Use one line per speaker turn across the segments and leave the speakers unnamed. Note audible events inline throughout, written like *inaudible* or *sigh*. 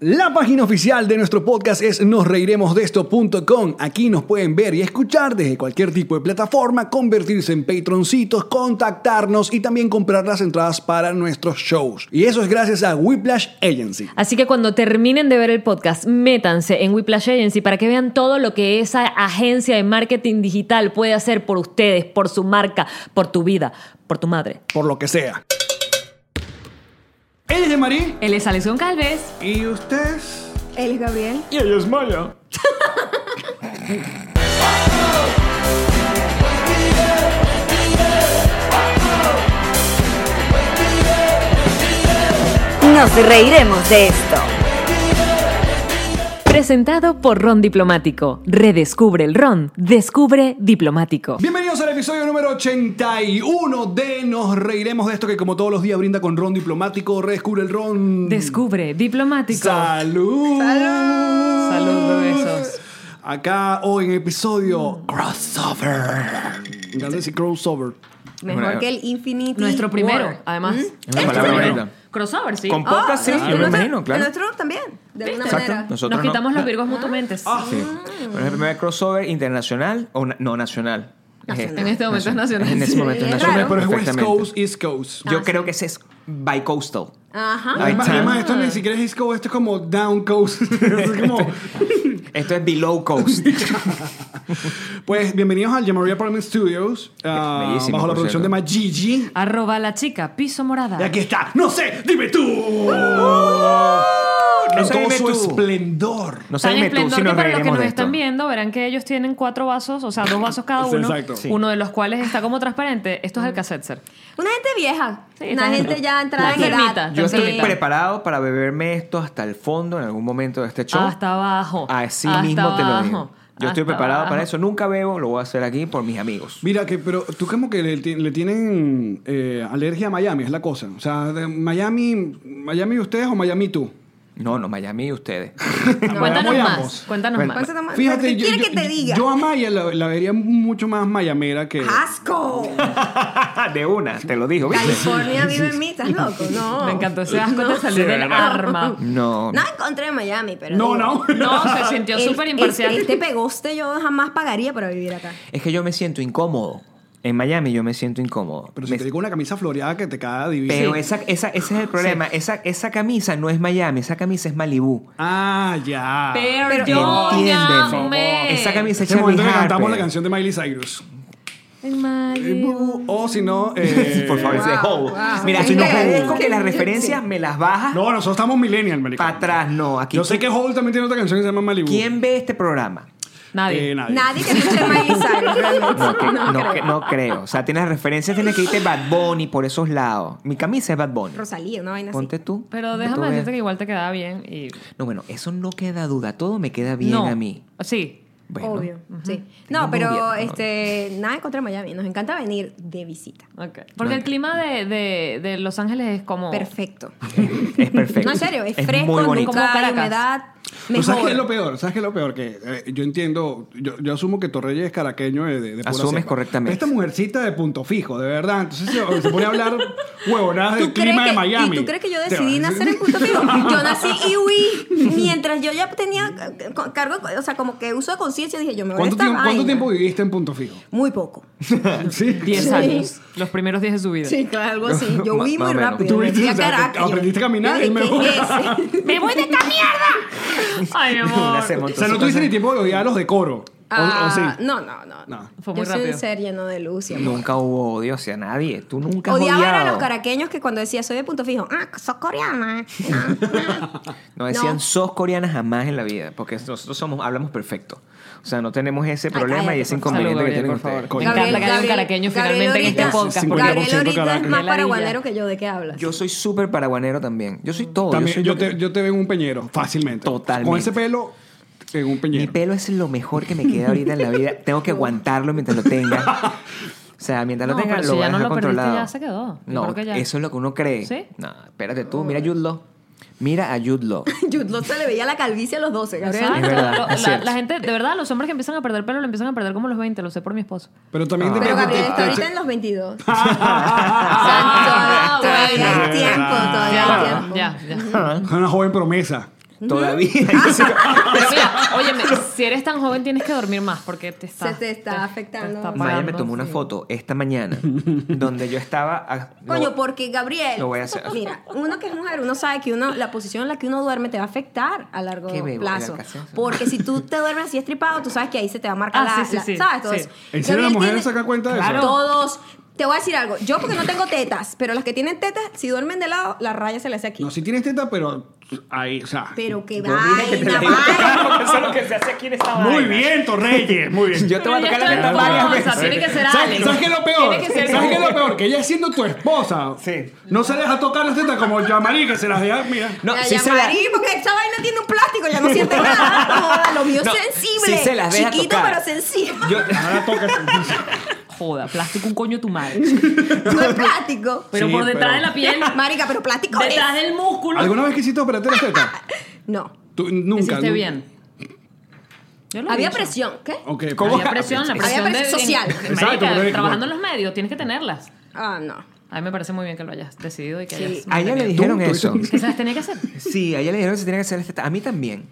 La página oficial de nuestro podcast es nosreiremosdeesto.com. Aquí nos pueden ver y escuchar desde cualquier tipo de plataforma, convertirse en patroncitos, contactarnos y también comprar las entradas para nuestros shows. Y eso es gracias a Whiplash Agency.
Así que cuando terminen de ver el podcast, métanse en Whiplash Agency para que vean todo lo que esa agencia de marketing digital puede hacer por ustedes, por su marca, por tu vida, por tu madre.
Por lo que sea. Él es de Marí
Él es Alex Goncalves.
y ustedes.
Él es Gabriel.
Y ella es Maya.
Nos reiremos de esto.
Presentado por Ron Diplomático. Redescubre el Ron. Descubre Diplomático.
Bienvenidos al episodio número 81 de Nos Reiremos de esto que como todos los días brinda con ron diplomático, redescubre el ron.
Descubre Diplomático.
Salud.
Salud, besos.
Acá hoy en episodio crossover. Me encanta decir crossover.
Mejor que el Infinity.
Nuestro primero,
War.
además.
Es una palabra
Primero.
bonita.
Crossover, sí.
Con
Ah,
Ah,
podcast, sí,
el
yo
nuestro-
me imagino,
El
claro.
nuestro también, de alguna
¿viste?
manera.
Nosotros
Nos
no.
quitamos los virgos mutuamente.
Sí. Bueno, es el primer crossover internacional o na- no nacional. Es este.
En este momento es nacional.
En este momento
Sí,
es
es
nacional.
raro.
Pero es West
perfectamente.
Coast, East Coast.
Yo creo que ese es bicoastal.
Ajá.
Ah, Ahí
Además,
está.
además, esto ni siquiera es East Coast, esto es como Down Coast. *laughs* Es como-
Esto es
*laughs*
below coast.
pues bienvenidos al Jamaria Apartment Studios, ah,
Bellísimo,
bajo la
por
producción
cierto.
de Majiji.
Arroba la chica, piso morada.
Y aquí está, no sé, dime tú. en
Uh, No sé,
todo
dime
su
tú.
esplendor.
No sé,
Tan
dime tú
esplendor
si
que
nos
para los que
reiremos
nos
de esto.
están viendo verán que ellos tienen cuatro vasos, o sea, dos vasos cada
*laughs* Sí,
uno,
exacto. Sí.
uno de los cuales está como transparente. Esto es
Mm.
el cassette
Una gente vieja.
Sí,
una
está
gente
bien.
ya entrada en
Está enfermita,
edad.
está
Yo estoy
Sí.
preparado para beberme esto hasta el fondo en algún momento de este show.
Hasta abajo.
Así
Hasta
mismo te lo digo.
abajo.
Yo estoy
Hasta
preparado para
abajo.
eso. Nunca bebo, lo voy a hacer aquí por mis amigos.
Mira, que, pero tú como que le, ti- le tienen eh, alergia a Miami, es la cosa. O sea, de Miami, Miami ustedes o Miami tú.
No, no, Miami y ustedes. *laughs*
Cuéntanos
Miami
más,
ambos.
cuéntanos
Bueno,
más.
Pásate más.
Fíjate,
¿Qué
yo,
quiere
yo-
que te diga? Ah,
yo a Maya la, la vería mucho más mayamera que...
¡Asco!
de una, te lo digo, ¿viste?
California vive en mí, estás loco. No.
Me
*laughs*
encantó ese asco de salir del
*laughs*
arma.
No.
No encontré en Miami, pero.
No,
digo,
no.
No, se sintió
el-
súper imparcial.
Este, este pegoste yo jamás pagaría para vivir acá.
Es que yo me siento incómodo. En Miami yo me siento incómodo.
Pero
Me-
si te digo una camisa floreada que te cae divisa.
pero esa, esa- ese es el problema. Esa, esa camisa no es Miami, esa camisa es Malibú.
Ah, ya.
Pero
Entiéndeme. Esa camisa es
Ese
Charlie
este momento que cantamos la
Harper.
canción de Miley Cyrus.
Malibu.
O si
*laughs*
no... eh,
Por favor, ese es Hole.
wow.
Mira,
Es
si no
legal.
agradezco que las referencias me las bajas
No, nosotros estamos millennial, marico.
para atrás. No, aquí.
Yo sé que Hole también tiene otra canción que se llama Malibu.
¿Quién ve este programa?
Nadie.
Eh, nadie.
Nadie que escuche Miley Cyrus realmente.
No, que- no,
creo.
que- no creo. O sea, tienes referencias, tienes que irte Bad Bunny por esos lados. Mi camisa es Bad Bunny.
Rosalía, una vaina así.
Ponte tú.
Pero
ponte
déjame
tú,
decirte que
veas.
igual te quedaba bien y...
No, bueno, eso no queda duda. Todo me queda bien
no.
a mí.
Sí.
Bueno.
Obvio, sí.
Tengo
No, pero
novia, ¿no?
este, nada en contra de Miami. Nos encanta venir de visita.
ok. Porque el clima de, de, de Los Ángeles es como...
Perfecto.
Es *laughs* perfecto.
No, en serio, es, fresco,
muy
nunca
*laughs* bonito.
Como
hay
Caracas.
humedad.
¿Tú ¿Sabes qué es lo
Mejor.
peor? ¿Sabes qué es lo peor? Que eh, yo entiendo, yo, yo asumo que Torreyes es caraqueño de, de, de pura
Asumes
cepa.
correctamente.
Esta mujercita de punto fijo, de verdad. Entonces se, se pone a
*laughs*
hablar huevonadas del
¿Tú crees,
clima
que,
de Miami.
¿Y tú crees que yo
Te
decidí
vas a-
nacer en Punto Fijo?
*laughs*
Yo nací y huí. Mientras yo ya tenía eh, con- cargo, o sea, como que uso de conciencia, dije yo me voy
¿Cuánto,
a esta
tiempo, cuánto
vaina.
tiempo viviste en punto
*laughs*
fijo?
Muy poco.
Sí.
10
Sí.
años. Los primeros 10 de su vida.
Sí, claro, algo así.
*laughs*
Yo huí
Más
muy
o menos.
rápido.
Tú viste,
Fui a
o sea,
Caracas, yo-
aprendiste a caminar
yo
y
dije,
me *laughs* voy.
¿qué es? *laughs* ¡Me voy de esta mierda!
*laughs*
Ay, mi amor.
Hacemos
O sea, no tuviste ni tiempo de odiar a los de coro. ¿O, o sí?
Ah, No, no, no.
No.
Fue
Yo
muy
soy
rápido.
un ser lleno de luz y amor.
Nunca hubo odio hacia nadie. Tú nunca has
Odiaba era a los
odiado.
caraqueños que cuando decía soy de punto fijo, ah, sos coreana. ah, ah".
No decían
No.
sos coreana jamás en la vida, porque nosotros somos hablamos perfecto. O sea, no tenemos ese problema
cállate,
y ese
por
Salud,
inconveniente que
Gabriel, por
tienen
favor. *laughs*
ustedes.
Me
Coño.
encanta que haya un
Gabriel-
caraqueño finalmente en este
Gabriel ahorita-
podcast. porque-
Gabriel
50%
ahorita es más
Caracas.
paraguanero que yo, ¿de qué hablas? *laughs*
Yo soy súper paraguanero también. Yo soy todo.
También,
yo soy
yo,
lo que-
te, yo te veo en un peñero, fácilmente.
Totalmente.
Con ese pelo, en un
Mi
peñero.
pelo es lo mejor que me queda ahorita en
*laughs*
la vida. Tengo que aguantarlo mientras lo tenga. O sea, mientras lo
No,
tenga,
pero
lo
si
voy
ya
a
no
dejar
lo perdiste,
controlado.
ya se quedó. Yo creo
No,
que ya.
eso es lo que uno cree.
¿Sí?
No, espérate tú. Mira a Jude Law. Mira a Jude Law.
Jude Law se le veía la calvicie a los 12, Gabriel.
Exacto.
Es verdad,
Lo-
es
la,
cierto.
la gente, de verdad, los hombres que empiezan a perder pelo lo empiezan a perder como los 20, lo sé por mi esposo.
Pero
Ah.
también
Pero
depende-
Gabriel está
te- *laughs*
ahorita *laughs* en
*laughs*
los 22.
Ah,
Todavía
bueno. Ah,
hay tiempo, todavía hay
Ya,
tiempo.
Ah, ya, ya.
Una joven promesa.
Todavía. *laughs*
*laughs*
Pero mira, óyeme, si eres tan joven tienes que dormir más porque te está,
Se te está afectando.
Maya me
pagando,
tomó una
sí.
foto
*laughs*
esta mañana donde yo estaba. ah, no,
Coño, porque Gabriel.
Lo voy a hacer.
Mira, uno que es mujer, uno sabe que uno, la posición en la que uno duerme te va a afectar a largo
Qué bebo,
plazo.
era casi eso.
Porque si tú te duermes así estripado, tú sabes que ahí se te va a marcar
Ah,
la,
sí, sí,
la-
sí,
¿Sabes? Todo
sí.
eso.
¿En serio
Gabriel
las mujeres
tiene-
se dan cuenta de eso?
Claro. Todos. Te voy a decir algo. Yo, porque no tengo tetas, pero las que tienen tetas, si duermen de lado, la raya se le hace aquí.
No, si tienes teta, pero ahí, o sea.
Pero que
yo dije que te la
vaina,
iba a
vaina.
tocar, porque eso es lo que se hace aquí en esta
Muy
vaina.
bien, Torreyes, muy bien.
*laughs* Yo te voy a
Pero
tocar
ya
la
está
teta
tu
varias
esposa,
veces.
tiene que ser
¿Sabes,
Alex.
¿Sabes qué es lo peor?
Tiene que ser
¿Sabes
tú.
qué es lo peor? Que ella siendo tu esposa,
Sí.
no se deja tocar las tetas como Yamari, que se las deja, mira.
No,
Ya,
sí
ya,
se la-
Marí, porque esa vaina tiene un plástico, ya no siente nada. Joda, lo mío
No,
es sensible.
sí se las deja
Chiquito,
tocar.
pero sensible.
Yo,
Ahora toca.
Joda, plástico un coño tu madre.
*laughs* No es plástico.
Pero
Sí,
por detrás
pero-
de la
*laughs*
piel,
Marica, pero plástico es.
detrás del músculo.
¿Alguna vez quisiste operarte las tetas?
No.
Tú, nunca.
Hiciste
nu-
bien. Yo lo he
Había
dicho.
presión. ¿Qué?
Ok,
¿Cómo?
pero-
Había presión, la
Había
presión, de-
presión social.
de-
Exacto,
marica,
porque-
trabajando en los medios, tienes que tenerlas.
Ah, no.
A mí me parece muy bien que lo hayas decidido y que
Sí.
hayas.
a ella le
mantenido.
dijeron
Tú, tú.
eso.
¿Qué se las tenía que hacer?
Sí, a ella le dijeron que se tenía que hacer las tetas. A
*laughs*
mí también.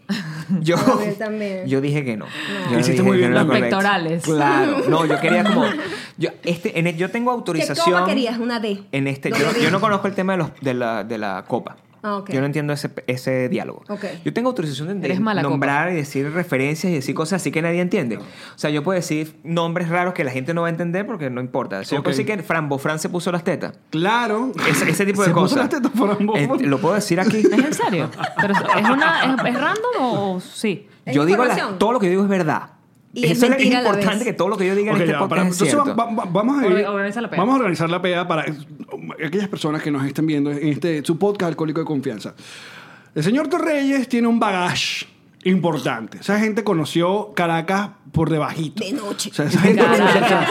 Yo,
A ver, también.
yo dije que no. Yo
Hiciste
dije
muy
que
bien
no era
los
correcto.
pectorales.
Claro. No, yo
*laughs*
quería como. Yo, este, en el- yo tengo
¿Qué
autorización.
copa querías? Una D.
En este,
Doble
yo,
D.
yo no conozco el tema de, los- de la, de la copa.
Ah, ok.
Yo no entiendo ese, ese diálogo.
Ok.
Yo tengo autorización de, de
Eres mala
nombrar y decir referencias y decir cosas así que nadie entiende. O sea, yo puedo decir nombres raros que la gente no va a entender porque no importa. Si yo
Ok.
puedo decir que Fran Bofran se puso las tetas.
Claro.
Ese, ese tipo
*laughs* Se
de
puso
cosas.
las tetas por ambos.
Eh, lo puedo
*laughs*
decir aquí.
¿Es en serio? Pero ¿Es, una, es, es random o o
*laughs*
sí?
¿Es
yo digo la-
información?
todo lo que yo digo es verdad.
Y es
Eso es
mentira a la
importante
vez.
que todo lo que yo diga
Ok,
en este
ya, para-
podcast es
entonces
cierto.
va- va- vamos a
Orga-
ir-
organiza la peda.
vamos a organizar la peda para aquellas personas que nos estén viendo en este su podcast alcohólico de confianza. El señor Torreyes tiene un bagaje importante. Esa gente conoció Caracas por debajito.
De noche.
O sea, esa gente conoció-
Caracas.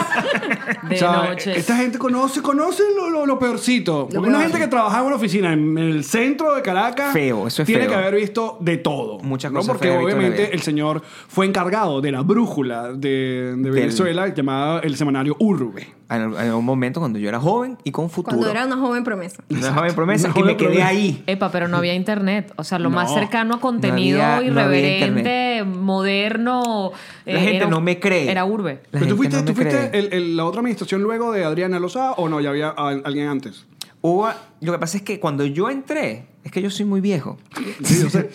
De
o sea,
noche.
Esta gente conoce, conoce lo, lo, lo peorcito. Porque una
peor.
gente que trabajaba en una oficina en el centro de Caracas.
Feo, eso es
Tiene
feo.
que haber visto de todo.
Muchas
¿no?
cosas
Porque
feas he visto en la
obviamente
vida.
el señor fue encargado de la brújula de, de Venezuela llamada el semanario Urbe.
En, en un momento cuando yo era joven y con futuro.
Cuando era una joven promesa.
una joven promesa
Una
y
joven
me quedé
promesa.
ahí.
Epa, pero no había internet. O sea, lo más
No.
cercano a contenido
No había- no había
irreverente, moderno.
La
eh,
gente
era-
no me cree.
Era urbe.
La
Pero tú
gente
fuiste,
*laughs* no me
tú fuiste
cree.
el- el- la otra administración luego de Adriana Lozada o no, ya había al- alguien antes.
Hubo- lo que pasa es que cuando yo entré, es que yo soy muy viejo.
Sí, yo
*laughs*
sé.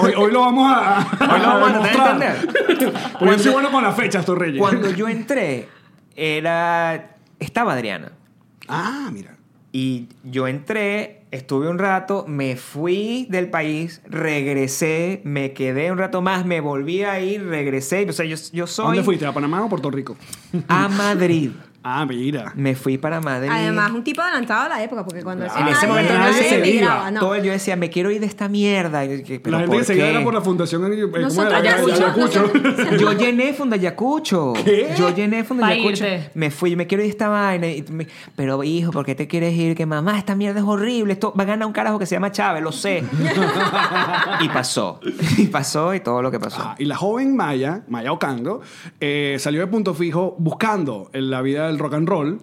hoy, hoy lo vamos a,
Hoy lo vamos a
demostrar.
entender.
Porque yo soy bueno con las fechas, Torreyes. *laughs*
Cuando yo entré, era estaba Adriana.
Ah, mira.
Y yo entré, estuve un rato, me fui del país, regresé, me quedé un rato más, me volví a ir, regresé. O sea, yo, yo
¿A
soy
dónde fuiste? ¿A Panamá o Puerto Rico?
a Madrid.
Ah, mira.
Me fui para Madrid.
Además, un tipo adelantado a la época, porque cuando
Claro.
en
nadie-
ese momento
nadie
nadie se
emigraba,
veía. Todo el- yo decía, me quiero ir de esta mierda. Y yo dije, ¿pero
la gente
por
que se
qué?
queda por la fundación. eh, ¿cómo
Nosotros
era?
ya
Ya- Ayacucho.
Yo llené Fundayacucho.
¿Qué?
Yo llené Fundayacucho.
Pa' irte.
Me fui, me quiero ir a esta vaina. Y me- pero hijo, ¿por qué te quieres ir? Que mamá, esta mierda es horrible. Esto va a ganar un carajo que se llama Chávez,
*laughs*
lo sé. y pasó. Y pasó y todo lo que pasó.
Ah, *laughs* y la joven Maya, Maya Ocando, eh, salió de Punto Fijo buscando en la vida del rock and roll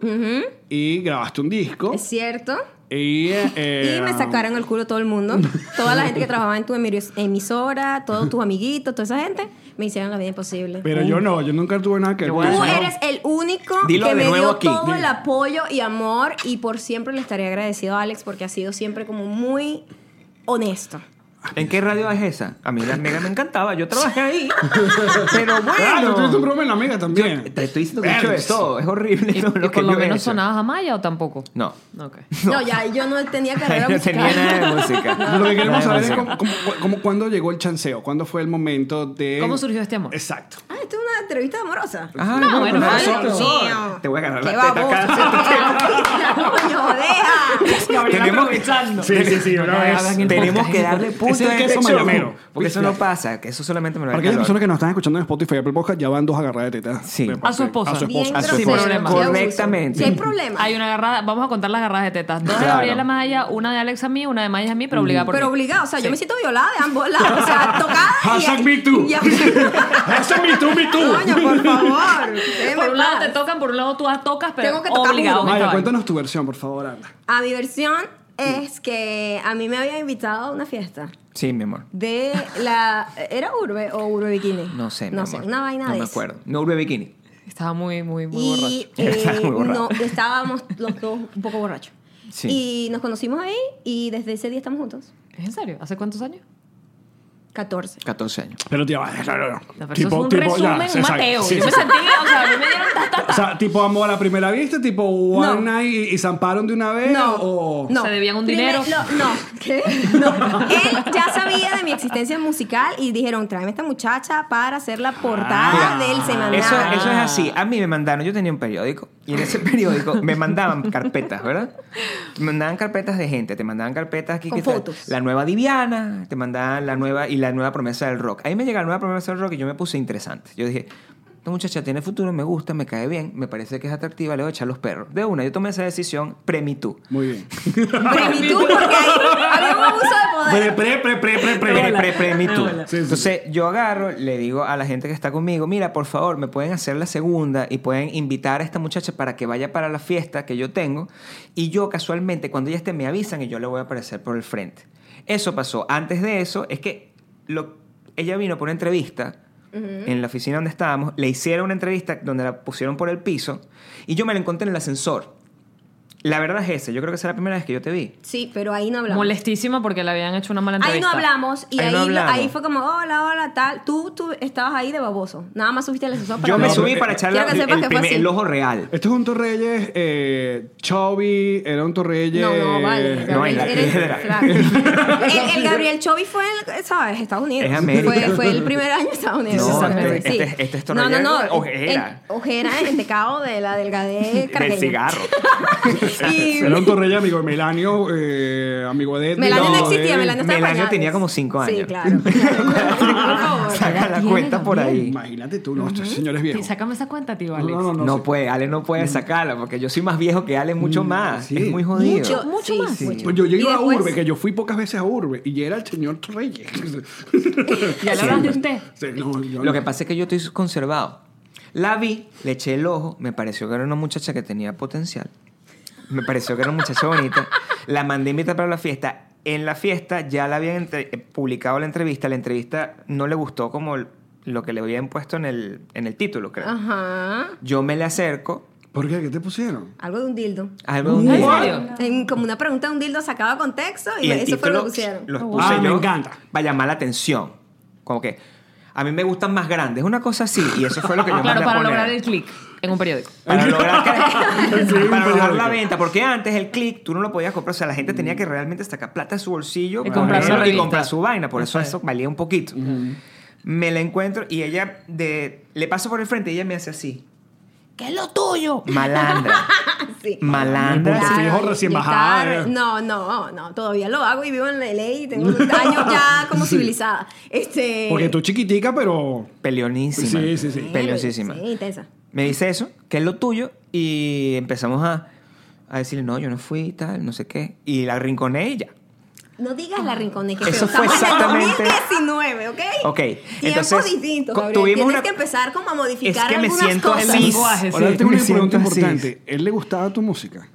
y grabaste un disco.
Es cierto.
Y, eh,
*laughs* Y me sacaron el culo todo el
*laughs*
mundo. Toda la gente que trabajaba en tu emis- emisora, todos tus amiguitos, toda esa gente, me hicieron la vida imposible.
Pero yo no, yo nunca tuve nada que ver
Yo
con
voy a
eso.
Tú
Bueno.
eres el único
Dilo
que
de
me
nuevo
dio
aquí.
todo
Dilo.
el apoyo y amor y por siempre le estaré agradecido a Alex porque ha sido siempre como muy honesto.
¿En qué radio es esa? A mí la mega me encantaba. Yo
*laughs*
trabajé ahí. pero
Claro, tú tuviste un
bueno.
problema en la mega también.
Te estoy diciendo que he hecho de
Verdes.
todo. Es horrible.
¿Y,
todo
y
lo que
por lo
yo he
menos
hecho.
sonabas a Maya o tampoco?
No.
Ok.
No, ya yo no tenía carrera
Ahí *laughs* no tenía
musical.
nada de
*laughs*
música.
Lo que queremos saber
Nada de
es
música.
cómo, cómo- cómo- cuándo llegó el chanceo, cuándo fue el momento de...
Eh,
¿Cómo surgió este amor?
Exacto.
*laughs* Ah, esto es una entrevista amorosa.
Ah,
No, bueno,
pero
vale, oh.
eso-
Dios
eso-
mío.
Te voy a ganar
¡Qué
la teta *laughs*
baboso!
cada-
¡Coño, deja!
*laughs* Tenemos-
Sí, sí, sí,
No
una
me hagan
vez.
el
Tenemos
podcast.
que darle punto
Ese es
a
el
este
queso
show,
mayomero.
Porque eso no pasa, que eso solamente me lo
Para aquellas personas que nos están escuchando en Spotify y Apple Podcast, ya van dos agarradas de teta.
Sí.
De
A su
parte-
esposa.
A su
Bien
esposa.
a su
grosero,
esposa.
qué abuso.
Correctamente.
Si hay problemas.
Hay una agarrada, vamos a contar las agarradas de tetas. Dos de
Claro.
Gabriela Maya, una de Alex a mí, una de Maya a mí, pero obligada por
Mm. Pero
mí.
obligado, o sea, yo me siento violada de ambos lados. O sea, tocada. y-
Hashtag me too.
y-
Hashtag me too, me too.
Coño,
*laughs*
por favor. déjeme
Por un lado
en
te
paz.
tocan, por un lado tú tocas, pero
Tengo que tocar
obligado.
duro.
esta
Maya,
vaina.
cuéntanos tu versión, por favor, anda.
A mi versión, es que a mí me había invitado a una fiesta
Sí, mi amor.
de la... ¿Era Urbe o Urbe Bikini?
No sé, mi
No
amor.
sé, una vaina
No
de
me
esas.
acuerdo. No urbe bikini.
Estaba muy, muy, muy
Y
borracho.
eh,
*laughs* Estaba muy borracho.
no, estábamos los dos un poco borrachos.
Sí.
Y nos conocimos ahí y desde ese día estamos juntos.
¿Es en serio? ¿Hace cuántos años?
14.
14 años.
Pero tío, no, no, no.
No, pero eso es un resumen,
sí,
un
exacto.
Mateo.
Sí,
Yo
sí,
me
sí.
sentí, o sea, a mí me dieron tanta...
O sea, tipo amor a la primera vista, tipo one night y, y zamparon de una vez
No,
o
no.
¿Se debían un
Primero-
dinero? *laughs*
No, no. ¿Qué? No. Él ya sabía de mi existencia musical y dijeron, tráeme a esta muchacha para hacer la portada
Ah.
del semanal.
Eso, eso es así. A mí me mandaron, yo tenía un periódico y en ese *laughs* periódico me mandaban carpetas, ¿verdad? Me mandaban carpetas de gente, te mandaban carpetas aquí,
Con
que tal,
fotos.
La nueva Diviana, te mandaban la nueva y la nueva promesa del rock. Ahí me llega la nueva promesa del rock y yo me puse interesante. Yo dije, esta muchacha tiene futuro, me gusta, me cae bien, me parece que es atractiva, le voy a echar los perros. De una, yo tomé esa decisión, premitú.
Muy bien.
Plenitud, porque ahí había un abuso de poder.
Pre, pre, pre, pre, pre, pre.
pre, pre, pre, me too.
Sí, sí,
Entonces yo agarro, le digo a la gente que está conmigo, mira, por favor, me pueden hacer la segunda y pueden invitar a esta muchacha para que vaya para la fiesta que yo tengo. Y yo casualmente, cuando ella esté, me avisan y yo le voy a aparecer por el frente. Eso pasó. Antes de eso, es que lo, ella vino por una entrevista. En la oficina donde estábamos, le hicieron una entrevista donde la pusieron por el piso y yo me la encontré en el ascensor. La verdad es esa, yo creo que esa es la primera vez que yo te vi.
Sí, pero ahí no hablamos.
Molestísima porque le habían hecho una mala
Ahí no
entrevista.
hablamos y
Ahí
ahí,
no
lo- ahí
hablamos.
fue como, hola, hola, tal. Tú, tú estabas ahí de baboso. Nada más subiste el asesor para
Yo
No,
me
hablar.
subí
pero-
para echarle
Quiero que
el,
sepas que fue
primer-
así.
el ojo real.
Esto es un Torreyes, eh, Chovy, era un Torreyes. eh,
No, no, vale.
No, en la
Eres-
piedra.
claro. El,
*laughs*
el Gabriel Chovy fue el, ¿sabes? Estados Unidos.
Es América.
Fue, fue el primer año de Estados Unidos.
No,
exactamente,
este-
sí.
este- este es
no, no, no.
Torrellano, ojera.
En- ojera en tecado de la delgadez
*laughs* Del
caraqueña.
cigarro.
*laughs* Y
Era un Torreyes amigo de Melanio, eh, amigo de Edwin,
Melania no
amigo de-
existía, Melania estaba en
eh, Melania
pañales.
tenía como cinco
Sí,
años.
claro. Por
*laughs*
favor.
Saca la
Tiene
cuenta por ahí.
Imagínate tú, no, estos señores
Sí,
viejos.
sácame esa cuenta, tío,
No,
Alex.
no, no, no,
No
sí. Mm,
puede, Ale no puede sacarla porque yo soy más viejo que Ale mucho más.
sí.
Es muy jodido.
Mucho, mucho
Sí,
más.
sí.
mucho.
Pues yo, yo
Y
iba
después-
a Urbe, que yo fui pocas veces a Urbe, y era el señor Torreyes.
¿Ya le hablas de usted?
Sí, no, yo
Lo
no.
que pasa es que yo estoy conservado. La vi, le eché el ojo, me pareció que era una muchacha que tenía potencial. Me pareció que era una muchacha bonita. La mandé a invitar para la fiesta. En la fiesta ya la habían entre- eh, publicado la entrevista. La entrevista no le gustó como l- lo que le habían puesto en el, en el título, creo.
Ah. Ajá.
Yo me le acerco.
¿Por qué? ¿Qué te pusieron?
Algo de un dildo.
Algo de un
¿En
día.
serio?
En- como una pregunta de un dildo sacado de contexto y,
Y el
eso fue lo
título
que pusieron.
los
Wow.
puse
Ah, me
yo
encanta.
para llamar la atención. Como que a mí me gustan más grandes, una cosa así. Y eso fue lo que yo mandé
Ah, Claro,
a
para
poner.
lograr el clic en un periódico.
Para lograr, que-
Sí, un
para lograr la
periódico.
venta, porque antes el click tú no lo podías comprar, o sea, la gente tenía que realmente sacar plata de su bolsillo
Y comprar
ponerlo
su
y
revista.
comprar su vaina, por eso eso valía un poquito. Me la encuentro y ella de, le paso por el frente y ella me hace así. ¿Qué es lo tuyo? Malandra.
Ah, Sí.
Malandra.
Claro. viejo recién
yo
bajado,
estaba-
eh.
No, no, no, todavía lo hago y vivo en LA y
*laughs*
tengo años ya como civilizada. Este,
Porque tú chiquitica, pero...
Peleonísima.
Sí, sí, sí.
eh,
Peleosísima.
Sí, intensa.
Me dice eso, que es lo tuyo, y empezamos a, a decirle, no, yo no fui, tal, no sé qué. Y la rinconé y ya.
No digas la rinconé que
Eso
feo.
fue
Estamos
exactamente-
en el 2019, ¿ok?
Ok,
Tiempos
entonces,
distintos,
co-
Gabriel.
tuvimos
Tienes
una-
que empezar como a modificar
Es que me
algunas
siento
cosas.
así.
Lenguaje,
Ahora
Sí,
tengo
me
una pregunta
siento así.
importante. ¿Él le gustaba tu música?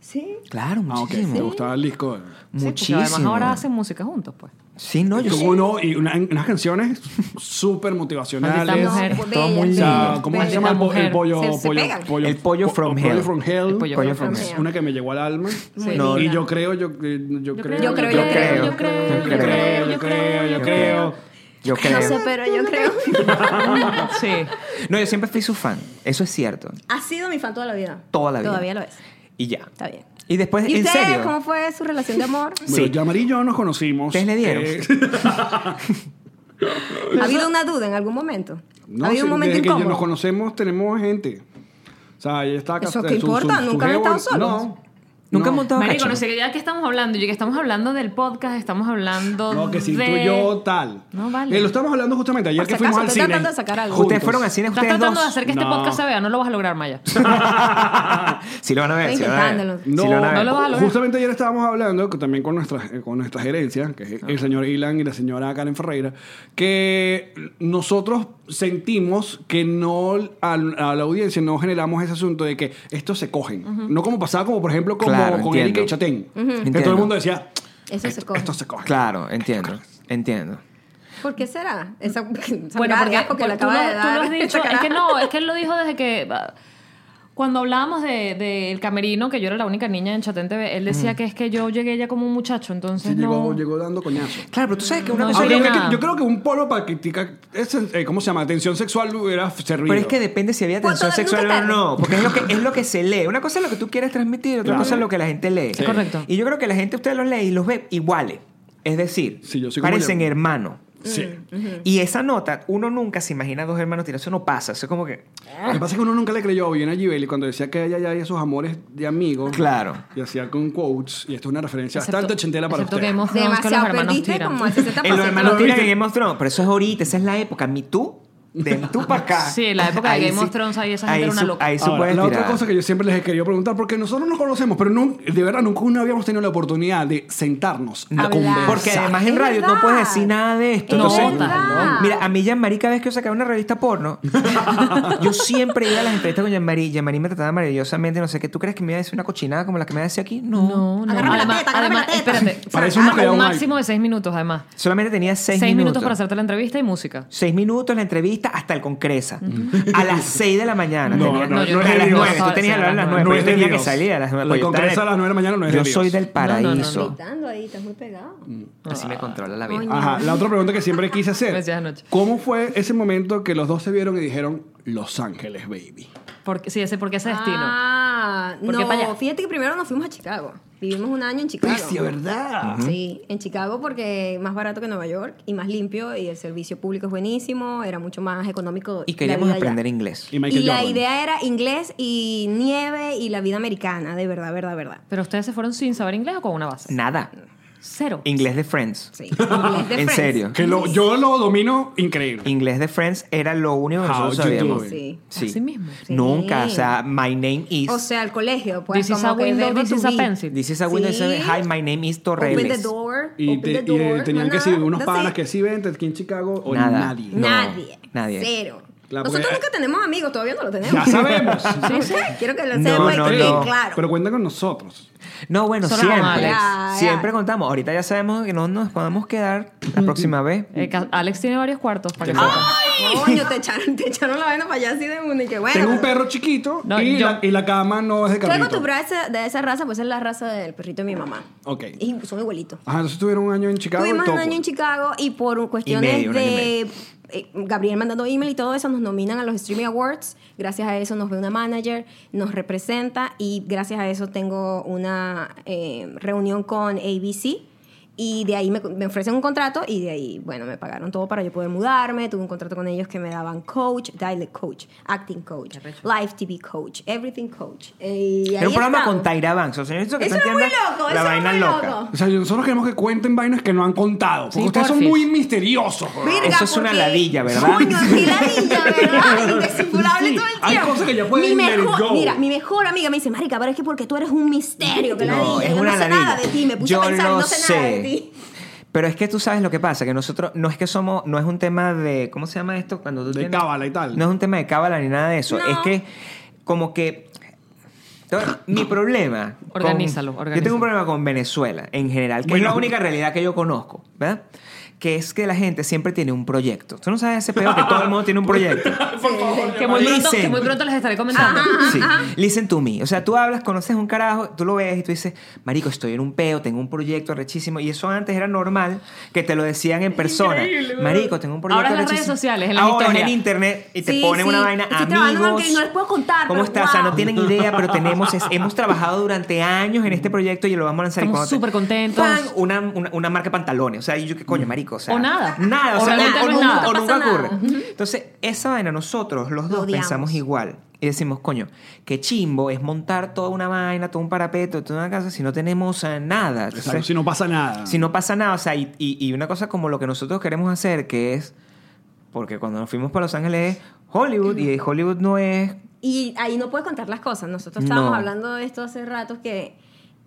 Sí.
Claro,
Ah, ok.
muchísimo.
¿Le gustaba el disco? pues,
Sí, porque
Muchísimo.
además ahora hacen música juntos,
*laughs*
pues.
Sí, no, yo
Como
sí.
no, y una- unas canciones súper
Maldita
motivacionales.
No,
mujer.
pues,
Todo
bella,
muy
O
bella,
sea, ¿cómo se
bella.
llama el, po- el
Mujer.
pollo,
Se- se
pollo,
pegan.
pollo?
El pollo
po-
from
pollo
hell.
from hell.
El pollo
Pollo
from
from
hell.
Es una que me llegó al alma.
Muy
No,
Y
linda.
yo creo, yo, eh, yo creo.
Yo creo, yo creo,
yo creo,
yo creo, yo creo, yo creo.
Yo creo.
No sé, pero yo creo.
Sí.
No, yo siempre fui su fan. Eso es cierto.
*laughs* Ha sido mi fan toda la vida.
Toda la vida.
Todavía lo es.
Y ya.
Está bien.
Y después,
¿Y
en
ustedes
serio.
cómo fue su relación
*laughs*
de amor?
Bueno,
Sí.
Yamari y yo nos conocimos. eh,
¿Ustedes le dieron? *laughs*
¿Ha habido una duda en algún momento?
no,
¿Ha habido
sí,
un momento
desde que
incómodo?
nos conocemos tenemos gente. O sea, ella está
¿Eso
casada-
qué
su-
importa?
su- su
¿Nunca han
jevo-
estado solos?
No.
Nunca
no.
han montado
Marico,
cacho.
no sé, ya que estamos hablando, ya que estamos hablando del podcast, estamos hablando
No, que si tú
de-
y yo tal.
No, vale.
Eh, lo estamos hablando justamente ayer
Por
que
si
fuimos
acaso,
al
estoy
cine.
tratando de sacar algo.
Ustedes fueron al cine,
Estás
ustedes
tratando de
dos.
hacer que este
No.
podcast se vea, no lo vas a lograr, *laughs* Maya.
Sí lo van a ver,
Estoy
sí lo van a ver.
intentándolo.
Sí lo van a
No,
ver.
lo vas a lograr.
justamente ayer estábamos hablando que también con nuestra, eh, con nuestra gerencia, que es el señor Ilan y la señora Karen Ferreira, que nosotros sentimos que no al- a, la audiencia no generamos ese asunto de que estos se cogen. No como pasaba como por ejemplo con
Claro,
con Erika
entiendo.
y Chatén. Que todo el
Entiendo.
mundo decía,
Eso se
esto,
coge.
esto se coge.
Claro, entiendo, entiendo.
¿Por qué será? Esa, *laughs* esa
Bueno, porque,
porque, le
porque tú,
acaba
lo,
de
tú lo
dar.
has dicho,
*laughs* esa
es que
caraja.
no, es que él lo dijo desde que... ah, Cuando hablábamos del de, del camerino, que yo era la única niña en Chatén TV, él decía que es que yo llegué ya como un muchacho, entonces
Mm. Sí, llegó,
no...
llegó dando coñazo.
Claro, pero tú sabes que una
No,
cosa...
sí,
Aunque yo,
no.
creo que- yo creo que un polo para criticar, ese, eh, ¿cómo se llama? Atención sexual hubiera servido.
Pero es que depende si había
¿Cuánto
tensión
nunca
sexual o
tarde?
no, porque es lo que es lo que se lee. Una cosa es lo que tú quieres transmitir, otra
Claro.
cosa es lo que la gente lee.
Sí. Correcto.
Y yo creo que la gente ustedes los lee y los ve iguales. Es decir,
Sí, yo soy como
parecen
yo.
hermanos.
Mm.
Sí.
Y esa nota, uno nunca se imagina dos hermanos tirados, eso no pasa, eso es como que "Eh,
Lo que pasa es que uno nunca le creyó bien a Gibelli cuando decía que ella ya hay esos amores de amigos.
Claro.
Y hacía con quotes. Y esto es una referencia
Excepto-
bastante ochentera para
excepto
usted.
que hemos que los
Demasiado
hermanos
perdiste
tiran. *laughs*
como
*laughs*
el 60%.
en los hermanos
¿Lo
tiran en
viste?
Game of Thrones, pero eso es ahorita, esa es la época, mi tú,
*laughs*
de Me tú para acá.
Sí, la época de
Ahí
Game of Thrones, ahí esa gente era una
su-
loca.
Ahí se
Ahora,
puede
la otra
tirar.
cosa que yo siempre les he querido preguntar, porque nosotros nos conocemos, pero nun- de verdad nunca no habíamos tenido la oportunidad de sentarnos a
Hablar.
conversar.
Porque además en
Es
radio no
verdad.
puedes decir nada de esto.
No,
Entonces,
verdad.
mira, a mí Yanmarí cada vez que yo sacaba una revista porno, yo siempre iba a las entrevistas con Yanmarí. Yanmarí me trataba maravillosamente, no sé qué. ¿Tú crees que me iba a decir una cochinada como la que me decía aquí? No.
No, no.
Agárrame la
además,
teta, agárrame la
además,
teta.
*laughs*
espérate.
Parece un
Ah,
peón,
un
Mike.
máximo de seis minutos, además.
Solamente tenía seis,
Seis, minutos. para hacerte la entrevista y música.
Seis minutos la entrevista hasta el Concresa. A las seis de la mañana.
No,
Tenía-
no, no
yo
es
a
tenía-
las
de
nueve.
Dios.
Tú tenías que hablar a las nueve.
No
pero
es
yo
de
tenía que
Dios.
salir a las nueve.
La
porque yo estaba-
Concresa a las nueve de la mañana no es de
Yo
Dios.
soy del paraíso.
Gritando ahí, estás muy pegado.
Así me controla la vida.
Coño.
Ajá, la otra pregunta que siempre quise hacer.
Gracias, anoche.
¿Cómo fue ese momento que los dos se vieron y dijeron Los Ángeles, baby?
Porque, sí, ese, porque ese destino.
Ah,
¿Por qué para allá?
no, fíjate que primero nos fuimos a Chicago. Vivimos un año en Chicago.
Sí, ¿verdad?
Sí, en Chicago porque más barato que Nueva York y más limpio y el servicio público es buenísimo, era mucho más económico.
Y
la
queríamos
vida allá.
aprender inglés.
Y Michael
y la
Jordan.
idea era inglés y nieve y la vida americana, de verdad, verdad, verdad.
Pero ustedes se fueron sin saber inglés o con una base.
Nada.
Cero.
Inglés de Friends.
Sí, inglés de
*laughs* ¿En
Friends.
serio?
Que lo, yo lo domino increíble.
Inglés de Friends era lo único que
How
nosotros
you
sabíamos.
doing?
Sí.
Sí.
Así mismo.
Sí.
Nunca, o sea, my name is.
O sea, el colegio, pues
This is
como
a
que
window,
verbo
this
to
is a
be.
pencil.
This is a window.
Sí.
seven. Hi, my name is
Open the
Torreles.
door,
Y,
open
te-
the
y, eh,
door,
tenían
no
que
nada,
seguir unos
that's
panas
it.
que sí, vente aquí en Chicago o
Nada.
nadie.
No,
nadie,
nadie.
cero.
Claro, porque-
Nosotros nunca tenemos amigos, todavía no lo tenemos.
Ya sabemos.
*laughs* Ok, Quiero que lo
No,
sepa y
no,
que
no.
claro.
Pero cuenta con nosotros.
No, bueno,
Solo
siempre.
con Alex.
Ya, ya.
Siempre contamos. Ahorita ya sabemos que no nos podemos quedar la próxima vez.
Eh, ca- Alex tiene varios cuartos para que sepa.
¡Ay! Coño, te echaron, te echaron la vaina para allá así de una y que bueno.
Tengo un perro chiquito
No,
y,
yo-
la, y la cama no es de
Estoy
carrito.
acostumbrada a esa- de esa raza, pues es la raza del perrito de mi mamá.
Ok.
Y son igualitos.
Ajá, entonces tuvieron un año en Chicago y
Tuvimos
todo.
un año en Chicago y por cuestiones
medio, un año y
de eh, Gabriel mandando email y todo eso nos nominan a los Streaming Awards. Gracias a eso nos ve una manager, nos representa y gracias a eso tengo una eh, reunión con ABC. Y de ahí me, me ofrecen un contrato y de ahí, bueno, me pagaron todo para yo poder mudarme. Tuve un contrato con ellos que me daban coach, dialect coach, acting coach, live TV coach, everything coach. Eh, y
Era
ahí
un programa
estamos.
con Tyra Banks. O sea, eso que
Eso
tú
era muy
entiendas
loco,
la
eso era
vaina
muy
loca.
loco.
O sea, nosotros queremos que cuenten vainas que no han contado. Porque
Sí,
ustedes son
porfis.
muy misteriosos. bro.
Virga,
Eso es una
porque-
ladilla, ¿verdad? *laughs*
Coño, es mi ladilla, ¿verdad? Indescifrable
Sí,
todo el tiempo.
hay cosas que ya pueden
mi
let it
mejor,
go.
Mira, mi mejor amiga me dice, marica, pero es que porque tú eres un misterio, que
No,
ladilla.
es
yo
una
no sé
ladilla.
nada de ti, me puse
Yo
a pensar,
lo
no sé, nada de ti.
Pero es que tú sabes lo que pasa, que nosotros no es que somos, no es un tema de, ¿cómo se llama esto? Cuando tú
De
tienes-
cábala y tal.
No es un tema de cábala ni nada de eso.
No.
Es que como que Entonces, mi problema. con-
Organízalo,
Yo tengo
organízalo.
un problema con Venezuela en general, que
Bueno.
es la única realidad que yo conozco, ¿verdad? Que es que la gente siempre tiene un proyecto. Tú no sabes ese peor que todo el mundo tiene un proyecto.
Que muy, pronto,
Listen.
que muy pronto les estaré comentando.
Sí. Listen to me. O sea, tú hablas, conoces un carajo, tú lo ves y tú dices, Marico, estoy en un peo, tengo un proyecto rechísimo. Y eso antes era normal que te lo decían en persona. Marico, tengo un proyecto
Ahora en las
rechísimo.
redes sociales, en las
Ahora
historias.
en internet y te
Sí,
ponen
sí.
una vaina
Estoy trabajando en algo
amigos.
que no les puedo contar,
¿Cómo
pero
estás? O sea, no
wow.
tienen idea, pero tenemos, es- hemos trabajado durante años en este proyecto y lo vamos a lanzar. y
Estamos
cuando te-
súper contentos.
¡Pam! Una, una, una marca de pantalones. O sea, y yo qué coño, marico. O, sea,
O nada.
Nada. O,
O
sea,
realmente no es
nunca-
nada.
o
No
nunca
pasa
ocurre.
nada.
Entonces, esa vaina nosotros los dos
odiamos.
pensamos igual. Y decimos, coño, qué chimbo es montar toda una vaina, todo un parapeto, toda una casa, si no tenemos eh, nada. Entonces,
Exacto, si no pasa nada.
si no pasa nada, o sea, y, y- y una cosa como lo que nosotros queremos hacer, que es, porque cuando nos fuimos para Los Ángeles es Hollywood, y Hollywood no es...
Y ahí no puedes contar las cosas. Nosotros estábamos
No.
hablando de esto hace rato que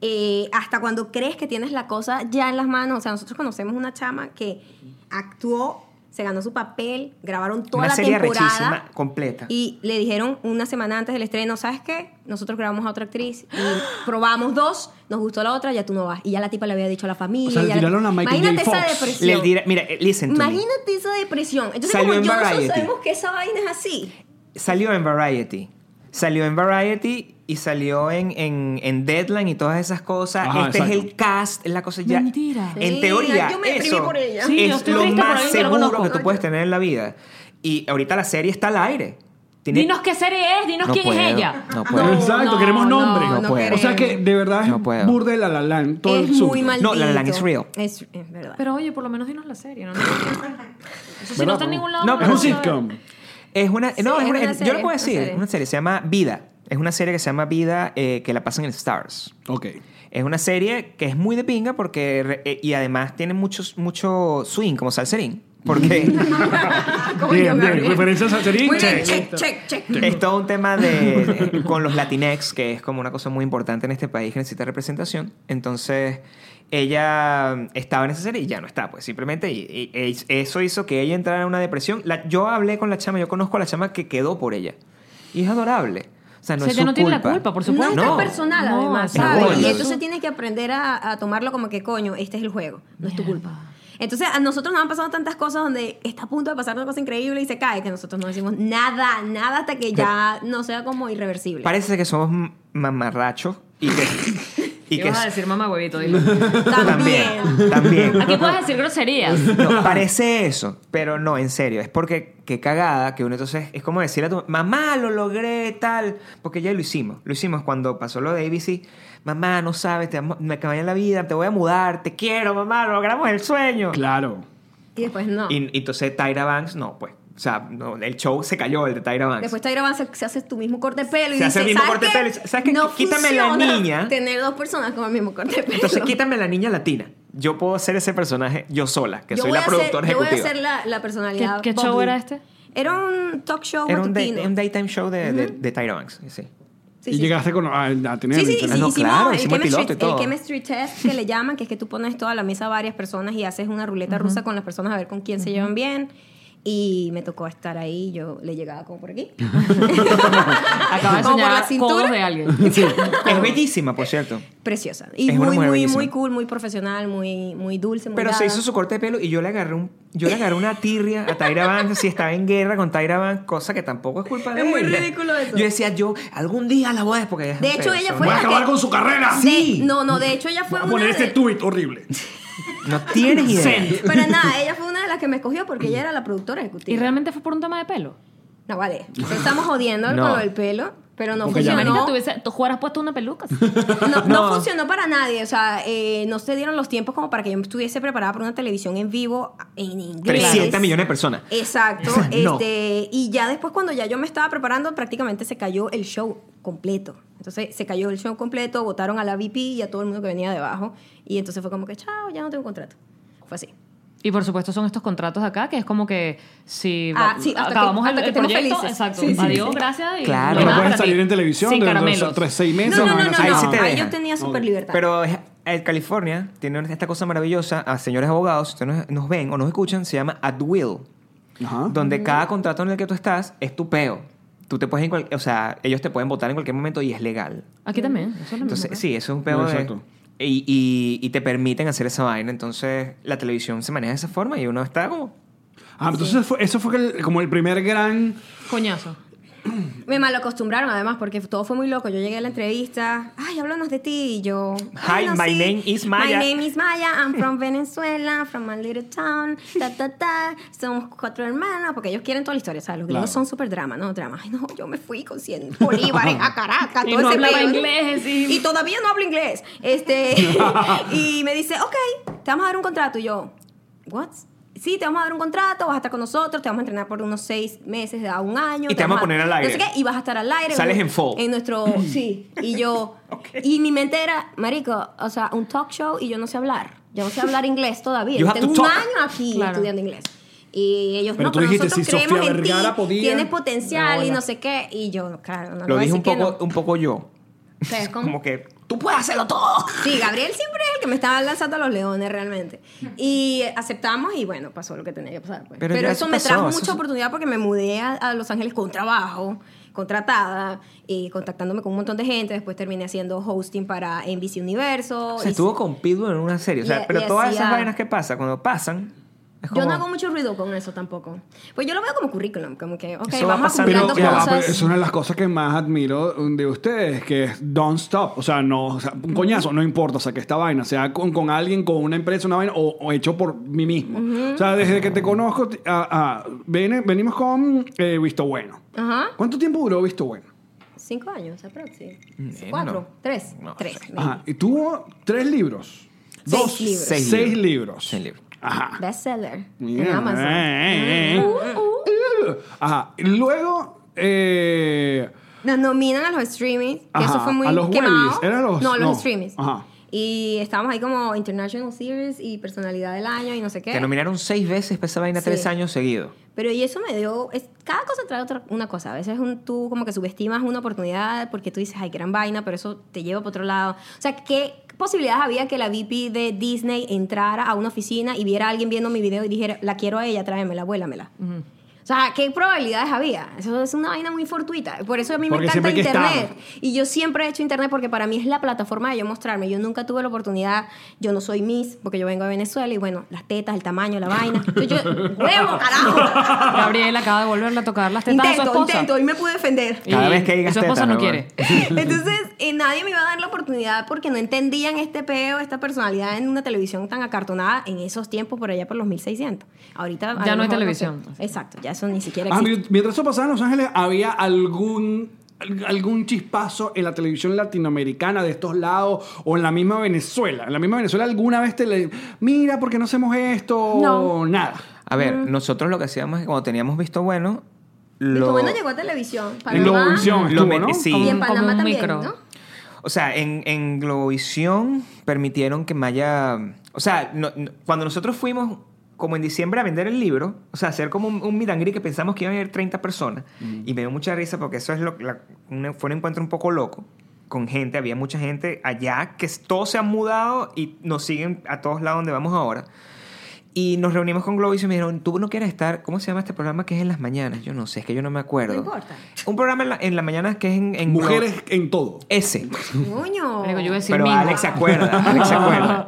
eh, hasta cuando crees que tienes la cosa ya en las manos, o sea, nosotros conocemos una chama que actuó se ganó su papel, grabaron toda
Una
la
serie
temporada.
arrechísima, completa.
Y le dijeron una semana antes del estreno, ¿sabes qué? Nosotros grabamos a otra actriz y probamos dos, nos gustó la otra, ya tú no vas. Y ya la tipa le había dicho a la familia.
O sea, le
ya la-
tiraron a Michael J.
Imagínate esa
Fox.
depresión.
Le dirá- mira, eh, listen to me.
Imagínate esa depresión. Entonces,
Salió
como
en
yo
Variety.
sabemos que esa vaina es así.
Salió en Variety. Salió en Variety y salió en, en, en Deadline y todas esas cosas.
Ajá,
este es
exacto.
el cast, es la cosa ya.
Mentira.
En
Sí,
teoría,
yo me deprimí
eso
por ella.
Sí, yo
es
estoy
lo
triste por
más
alguien que no
seguro
conozco.
que tú puedes tener en la vida. Y ahorita la serie está al aire. Tiene-
Dinos qué serie es, dinos
No
quién
puedo,
es ella. Ah,
No puedo.
Exacto, queremos nombre.
No puedo.
O sea que de verdad es
No puedo.
burda de la la Land, todo
es
el sur.
muy maldito.
No, La La Land is real.
Es, es verdad.
Pero oye, por lo menos dinos la serie. ¿no? Eso sí,
¿Verdad?
no está en ningún lado.
No,
Es
lo
un
vamos a ver.
sitcom.
Es una, no,
es
es una-
una
eh,
serie,
yo lo
una
puedo decir,
serie.
una serie se llama Vida. Es una serie que se llama Vida eh, que la pasan en Stars.
Ok.
Es una serie que es muy de pinga porque re- eh, y además tiene muchos mucho swing como salserín, *laughs* porque
¿Cómo
Bien,
yo me
bien,
abrí?
referencias a Sarin,
Muy bien,
check.
check, check, check.
es todo un tema de,
*laughs*
de- con los latinex que es como una cosa muy importante en este país que necesita representación. Entonces ella estaba en esa serie y ya no está, pues simplemente y- y- y eso hizo que ella entrara en una depresión. La- yo hablé con la chama, yo conozco a la chama que quedó por ella y es adorable. O sea, no
O sea,
es
ella
su
no tiene la culpa, por supuesto.
No es tan
No.
personal,
No,
además,
es
¿sabes?
obvio.
Y entonces tienes que aprender a, a tomarlo como que, coño, este es el juego, no es tu culpa. Entonces, a nosotros nos han pasado tantas cosas donde está a punto de pasar una cosa increíble y se cae, que nosotros no decimos nada, nada hasta que ya no sea como irreversible.
Parece que somos m- mamarrachos
*laughs*
y que. y
¿Qué
que-
vas a decir, mamá huevito? Dilo.
*laughs* También. También.
Aquí puedes decir groserías.
No, parece eso, pero no, en serio. Es porque qué cagada que uno entonces es como decirle a tu mamá, lo logré, tal. Porque ya lo hicimos. Lo hicimos cuando pasó lo de ABC. Mamá, no sabes, te amo- me cambié la vida, te voy a mudar, te quiero, mamá, logramos el sueño.
Claro.
Y después no.
Y, y entonces Tyra Banks, no, pues. O sea, no, el show se cayó, el de Tyra Banks.
Después Tyra Banks se, se hace tu mismo corte de pelo y
Se
dice,
hace el mismo
¿sabes
corte de
qué?
pelo y dice, ¿sabes qué?
No
Quítame la
funciona
niña".
Tener dos personas con el mismo corte de pelo.
entonces quítame la niña latina. Yo puedo ser ese personaje yo sola, que
Yo
soy
voy a
la
ser-
productora ejecutiva.
Yo voy a ser la, la personalidad.
¿Qué- qué
Bob
show
Lee.
era este?
Era un talk show
Era un, day-
matutino.
un daytime show de, de, de Tyra Banks. Sí.
Sí,
y
sí,
llegaste con, ah, a, a tener
Sí, sí,
internet.
sí,
no,
hicimos
claro,
el,
hicimos el
chemistry,
piloto y todo.
el chemistry test que le llaman, que es que tú pones toda la mesa a varias personas y haces una ruleta rusa con las personas a ver con quién se llevan bien. Y me tocó estar ahí, yo le llegaba como por
*laughs*
aquí.
Acaba de
Como por
soñar
la cintura.
codos de alguien.
Es bellísima, por cierto.
Preciosa. Y
Es una
muy,
mujer
muy,
bellísima.
muy cool, muy profesional, muy, muy dulce, muy
Pero se
dada.
hizo su corte de pelo y yo le agarré un, yo le agarré una tirria a Tyra Banks si estaba en guerra con Tyra Banks, cosa que tampoco es culpa de
Es
ella.
muy ridículo eso.
Yo decía, yo algún día la voy a porque ella es
De
un
hecho,
pedazo.
ella
Voy
fue
a
la
acabar
que-
con su carrera.
De-
Sí.
No, no, de hecho ella
Voy
fue
a
una
poner
de-
este tuit horrible.
No tienes idea.
Pero nada, ella fue una de las que me escogió porque ella era la productora ejecutiva.
¿Y realmente fue por un tema de pelo?
No, vale. Nos estamos jodiendo
*laughs* No.
con lo del pelo, pero no
Porque ya
funcionó.
Marica, tú, hubiese- tú hubieras puesto una peluca.
*laughs*
No, no
No.
funcionó para nadie. O sea, eh, no se dieron los tiempos como para que yo estuviese preparada para una televisión en vivo en inglés.
300 millones de personas.
Exacto.
O sea, *laughs* no.
este, y ya después, cuando ya yo me estaba preparando, prácticamente se cayó el show completo. Entonces se cayó el show completo, votaron a la VP y a todo el mundo que venía debajo. Y entonces fue como que, chao, ya no tengo contrato. Fue así.
Y por supuesto son estos contratos acá, que es como que si
Ah,
va-
sí, hasta que-
acabamos el-
hasta que
el,
estemos
proyecto,
felices.
exacto.
Sí, sí,
Adiós,
sí.
gracias. Y
Claro.
Pero
nada
puedes
para ti.
salir en televisión
Sin
dentro de
caramelos.
esos tres, seis meses.
No, no,
una
no, no.
vaina
ahí
así.
sí te
no. Ahí
dejan.
yo tenía súper libertad.
Pero es- el California tiene esta cosa maravillosa. A señores abogados, si ustedes nos- nos ven o nos escuchan, se llama At Will.
Ajá.
donde cada contrato en el que tú estás es tu peo. Tú te puedes, en cual- o sea, ellos te pueden votar en cualquier momento y es legal.
Aquí también. Eso es lo mismo.
Entonces, sí, eso es un peo.
No,
de-
exacto.
y, y- y te permiten hacer esa vaina. Entonces, la televisión se maneja de esa forma y uno está como.
Ah, entonces fue- eso fue el- como el primer gran...
Coñazo.
Me mal acostumbraron además porque todo fue muy loco. Yo llegué a la entrevista, ay, háblanos de ti y yo. "Ay,
Hi,
no,
my
sí.
name is Maya."
My name is Maya, I'm from Venezuela, from a little town, ta ta ta. Somos cuatro hermanas porque ellos quieren toda la historia, ¿sabes? Los gringos
Claro.
son súper drama, no drama. Ay, no, yo me fui con 100 bolívares a Caracas,
Y
todo
no
ese
hablaba
pedo.
inglés, y-
Y todavía no hablo inglés. Este, *laughs* y me dice, ok, te vamos a dar un contrato. Y yo, what? Sí, te vamos a dar un contrato, vas a estar con nosotros, te vamos a entrenar por unos seis meses a un año.
Y te vamos a poner al aire.
no sé qué, y vas a estar al aire.
Sales en full.
En nuestro,
*clears throat*
sí. Y
*laughs*
yo, y mi mente era, marico, o sea, un talk show y yo no sé hablar. Yo no sé hablar inglés todavía.
You
Yo
have to
tengo un
talk.
año aquí
Claro.
estudiando inglés. Y ellos,
Pero
no,
tú
pero
dijiste,
nosotros
si
creemos
Sofía
en ti,
Vergara podía-
tienes potencial y
Hola.
no sé qué. Y yo, claro, no le voy
lo
a
dije un
decir que
poco,
no.
un poco yo.
Ustedes, ¿cómo?
Como que tú puedes hacerlo todo.
Sí, Gabriel siempre es el que me estaba lanzando a los leones realmente. Y aceptamos y bueno, pasó lo que tenía que pasar. pues.
Pero
Pero,
ya
eso
eso
me
pasó,
trajo
eso
mucha
es-
oportunidad porque me mudé a, a Los Ángeles con trabajo, contratada, y contactándome con un montón de gente. Después terminé haciendo hosting para NBC Universo.
O sea,
Oh, Y-
estuvo con Pitbull en una serie. O sea,
Le-
pero
le
todas
hacía-
esas vainas que pasan, cuando pasan, es como...
Yo no hago mucho ruido con eso tampoco. Pues yo lo veo como currículum, como que, ok,
Eso va
vamos
pasando,
Pero,
acumulando
ya va,
cosas.
pero es una de las cosas que más admiro um, de ustedes, que es don't stop. O sea, no, o sea, un coñazo, no importa, o sea, que esta vaina sea con, con alguien, con una empresa, una vaina, o, o hecho por mí mismo. O sea, desde que te conozco, ti- a- a- ven- venimos con eh, Visto Bueno.
Ajá.
¿Cuánto tiempo duró Visto Bueno?
Cinco años, aproximadamente.
Menos.
Cuatro, tres,
No
tres.
Ajá. Y tuvo tres libros.
Seis
Dos.
libros.
Seis,
Seis libros.
libros.
Seis libros.
Ajá.
Bestseller en
Mira,
Amazon. Uh, Mm.
eh, eh, eh. Ajá. Y Luego, eh,
Nos nominan a los streamings, que
Ajá,
eso fue muy
a los
quemado.
Webbies, ¿eran los?
No, a los
No,
streamings.
ajá.
Y estábamos ahí como International Series y Personalidad del Año y no sé qué.
Te nominaron seis veces para esa vaina
Sí.
tres años seguidos.
Pero y eso me dio, es- cada cosa trae otra, una cosa. A veces un- tú como que subestimas una oportunidad porque tú dices, ay, gran vaina, pero eso te lleva para otro lado. O sea, ¿qué posibilidades había que la VP de Disney entrara a una oficina y viera a alguien viendo mi video y dijera, la quiero a ella, tráemela, vuélamela? O sea, ¿qué probabilidades había? Eso es una vaina muy fortuita. Por eso a mí
Porque
me
siempre
encanta
hay que estar.
Internet. Y yo siempre he hecho Internet porque para mí es la plataforma de yo mostrarme. Yo nunca tuve la oportunidad, yo no soy Miss, porque yo vengo de Venezuela y bueno, las tetas, el tamaño, la vaina. Entonces
*laughs*
yo, huevo, carajo.
Gabriel acaba de volverle a tocar las tetas a su
Intento,
esposa.
intento, hoy me
*laughs*
pude defender.
Y-
Cada vez que digas
y su esposa
teta,
no
mi amor.
quiere.
Entonces, eh, nadie me iba a dar la oportunidad porque no entendían este peo, esta personalidad en una televisión tan acartonada en esos tiempos, por allá por los 1600. Ahorita. a
Ya
lo
no hay
mejor sé.
televisión. pues.
Exacto, ya eso ni siquiera
Ah,
existe.
mien- mientras eso pasaba en Los Ángeles, había algún algún chispazo en la televisión latinoamericana de estos lados o en la misma Venezuela. En la misma Venezuela alguna vez te le mira porque no hacemos esto o nada.
A ver, nosotros lo que hacíamos es que cuando teníamos visto bueno...
Y
Lo...
como no llegó a televisión,
En
Panamá.
Globovisión
Lo
estuvo,
met-
¿no?
sí.
Y en
Como- como
Panamá
un
también,
micro.
¿no?
O sea, en, en Globovisión permitieron que Maya... O sea, no- no- cuando nosotros fuimos como en diciembre a vender el libro, o sea, hacer como un, un meet and greet que pensamos que iban a haber 30 personas, y me dio mucha risa porque eso es lo, la- un- fue un encuentro un poco loco con gente, había mucha gente allá que todos se han mudado y nos siguen a todos lados donde vamos ahora. Y nos reunimos con Globovisión y me dijeron, tú no quieres estar, ¿cómo se llama este programa que es en las mañanas? Yo no sé, es que yo no me acuerdo.
No importa.
Un programa en la, en la mañana que es en... en Glo-
Mujeres en todo.
Ese.
*laughs*
Coño.
Marico, yo iba a decir
Pero
mingo.
Alex se acuerda, Alex
*laughs*
se acuerda.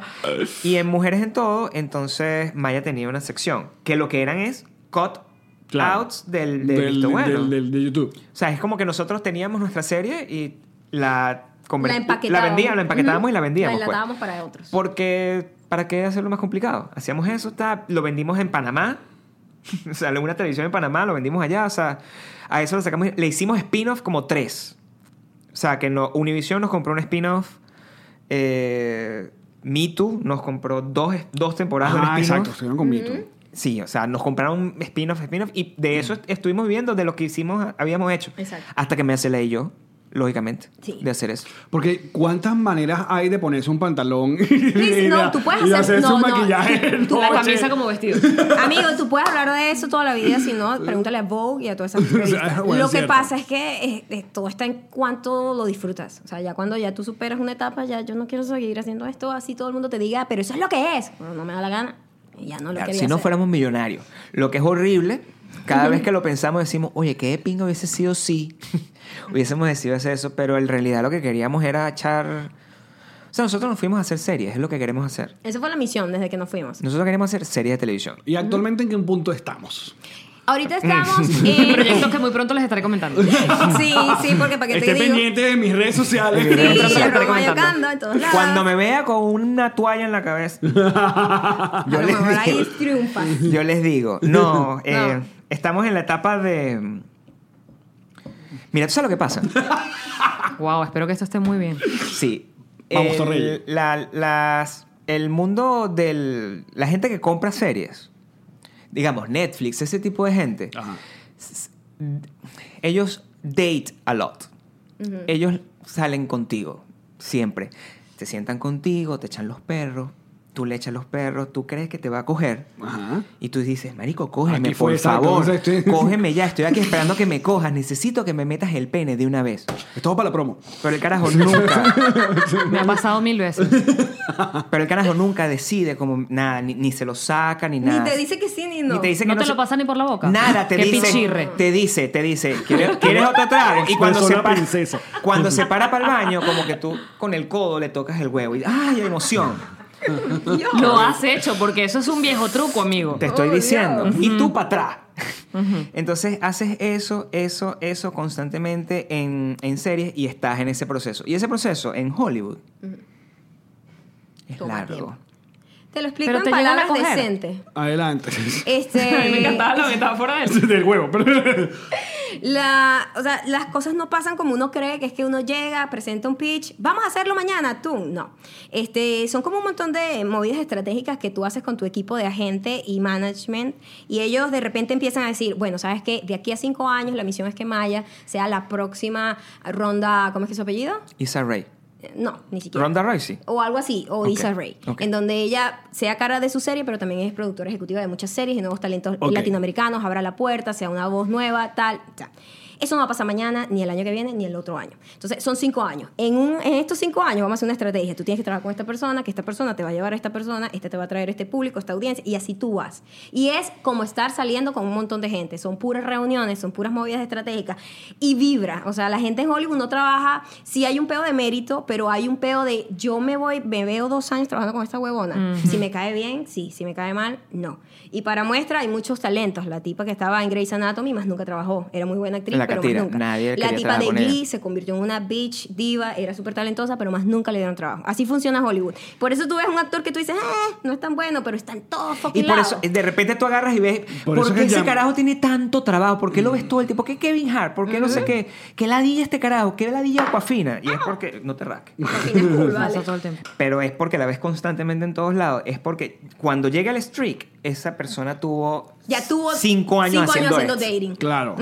Y en Mujeres en Todo, entonces Maya tenía una sección que lo que eran es cut
Claro.
outs del, del
Del-
visto bueno.
del- del- de YouTube.
O sea, es como que nosotros teníamos nuestra serie y la conver-
La empaquetábamos.
vendíamos, la empaquetábamos
Ujú.
y la vendíamos.
La
pues.
enlatábamos para otros.
Porque, ¿para qué hacerlo más complicado? Hacíamos eso, ta, lo vendimos en Panamá. *laughs* o sea, en una televisión en Panamá, lo vendimos allá. O sea, a eso lo sacamos. Le hicimos spin-off como tres. O sea, que no, Univision nos compró un spin-off. Eh, Me Too nos compró dos, dos temporadas de un
Ah,
spin-off.
exacto, estuvieron con Mito.
Sí, o sea, nos compraron un spin-off, spin-off, y de eso est- estuvimos viviendo, de lo que hicimos, habíamos hecho.
Exacto.
Hasta que me aceleré yo, lógicamente,
Sí.
de hacer eso.
Porque cuántas maneras hay de ponerse un pantalón *laughs* y,
Sí,
y-
no, tú puedes
y
hacer-
hacerse
no,
un
no,
maquillaje.
tú-
La
noche.
camisa como
*laughs*
vestido.
*laughs* Amigo, tú puedes hablar de eso toda la vida, si no,
*laughs*
pregúntale a Vogue y a todas esas revistas.
Bueno,
Lo
es
que
cierto.
pasa es que eh, eh, todo está en cuánto lo disfrutas. O sea, ya cuando ya tú superas una etapa, ya yo no quiero seguir haciendo esto, así todo el mundo te diga, "Ah, pero eso es lo que es. Bueno, no me da la gana. Y ya no lo
Claro,
quería
Ah, si no
hacer.
fuéramos millonarios. Lo que es horrible, cada vez que lo pensamos decimos, oye, qué de pinga hubiese sido sí. *laughs* Hubiésemos decidido hacer eso, pero en realidad lo que queríamos era echar... O sea, nosotros nos fuimos a hacer series, es lo que queremos hacer.
Esa fue la misión desde que nos fuimos.
Nosotros queremos hacer series de televisión.
¿Y actualmente en qué punto estamos?
*laughs*
Ahorita estamos en...
Proyectos que muy pronto les estaré comentando.
*laughs* sí, sí, porque para que
Esté
te digo...
pendiente de mis redes sociales. *laughs*
Sí,
Proyectos que
yo
estaré
Roma
comentando.
Yocando, en todos lados.
Cuando me vea con una toalla en la cabeza,
A lo
les
mejor ahí
digo. *laughs*
triunfas.
Yo les digo, no, eh, estamos en la etapa de... Mira, ¿tú sabes lo que pasa?
wow, espero que esto esté muy bien.
Sí.
Vamos,
El-
Torrello.
la- las- El mundo del... La gente que compra series, digamos Netflix, ese tipo de gente,
Ajá.
ellos date a lot. Ellos salen contigo, siempre. Te sientan contigo, te echan los perros, tú le echas los perros, tú crees que te va a coger.
Ajá.
Y tú dices, marico, cógeme,
Aquí fue,
por
exacto,
favor.
o sea, estoy-
Cógeme ya, estoy aquí esperando que me cojas. Necesito que me metas el pene de una vez.
Es todo para la promo.
Pero
*laughs*
el carajo nunca,
Me ha pasado mil veces.
pero el carajo nunca decide como nada, ni, ni se lo saca, ni nada.
Ni te dice que sí ni no.
Ni te dice que
No
no
te
se-
lo pasa ni por la boca. *laughs*
Nada, te
Qué
dice.
pichirre.
Te dice, te dice. ¿Quieres, quieres otro trago? Y cuando
Persona
se, para,
princesa.
cuando se para para el baño, como que tú con el codo le tocas el huevo. Y ¡ay, emoción!
Lo has hecho porque eso es un viejo truco, amigo.
Te estoy
Oh,
diciendo. Y tú para atrás. Entonces haces eso, eso, eso constantemente en, en series y estás en ese proceso. Y ese proceso en Hollywood es
Toma
largo.
tiempo. Te lo explico
Pero
en
te llegan a
palabras
coger.
decentes.
Adelante.
*laughs*
*laughs*
Este,
Ay, me encantaba la metáfora de él.
Del huevo. *laughs* pero-
La, o sea, las cosas no pasan como uno cree, que es que uno llega, presenta un pitch, vamos a hacerlo mañana, tú, no. Este, son como un montón de movidas estratégicas que tú haces con tu equipo de agente y management y ellos de repente empiezan a decir, bueno, sabes que de aquí a cinco años la misión es que Maya sea la próxima ronda, ¿cómo es que es su apellido?
Issa Rae.
Eh, No, ni siquiera.
Ronda Rousey.
O algo así, o
Ok,
Issa Rae,
ok.
en donde ella sea cara de su serie, pero también es productora ejecutiva de muchas series y nuevos talentos
Ok.
latinoamericanos, abra la puerta, sea una voz nueva, tal, tal. Eso no va a pasar mañana, ni el año que viene, ni el otro año. Entonces, son cinco años. En, un- en estos cinco años vamos a hacer una estrategia. Tú tienes que trabajar con esta persona, que esta persona te va a llevar a esta persona, esta te va a traer este público, esta audiencia, y así tú vas. Y es como estar saliendo con un montón de gente. Son puras reuniones, son puras movidas estratégicas. Y vibra. O sea, la gente en Hollywood no trabaja. Sí hay un peo de mérito, pero hay un peo de yo me voy, me veo dos años trabajando con esta huevona. Si me cae bien, sí. Si me cae mal, no. Y para muestra hay muchos talentos. La tipa que estaba en Grey's Anatomy más nunca trabajó. Era muy buena actriz,
La
pero
catira.
más nunca.
Nadie
la
quería
tipa
trabajar
de
con ella.
Glee se convirtió en una bitch diva, era súper talentosa, pero más nunca le dieron trabajo. Así funciona Hollywood. Por eso tú ves un actor que tú dices, "Ah, no es tan bueno, pero está en todo
Y
fucking
por
lado".
eso,
*laughs*
eh, de repente tú agarras y ves,
Por
¿por,
eso es
qué
que Mm.
ese
llama-
carajo tiene tanto trabajo? ¿Por qué lo ves todo el tiempo? ¿Por qué Kevin Hart? ¿Por qué no sé qué? ¿Qué ladilla este carajo? ¿Qué ladilla Aquafina? Y es porque, no te rasques,
Porque no es
*laughs*
cool,
Me
¿vale?
pasa todo el tiempo.
pero es porque la ves constantemente en todos lados. Es porque cuando llega el streak, esa persona tuvo,
Ya tuvo
cinco años
cinco
haciendo, esto.
dating.
Claro.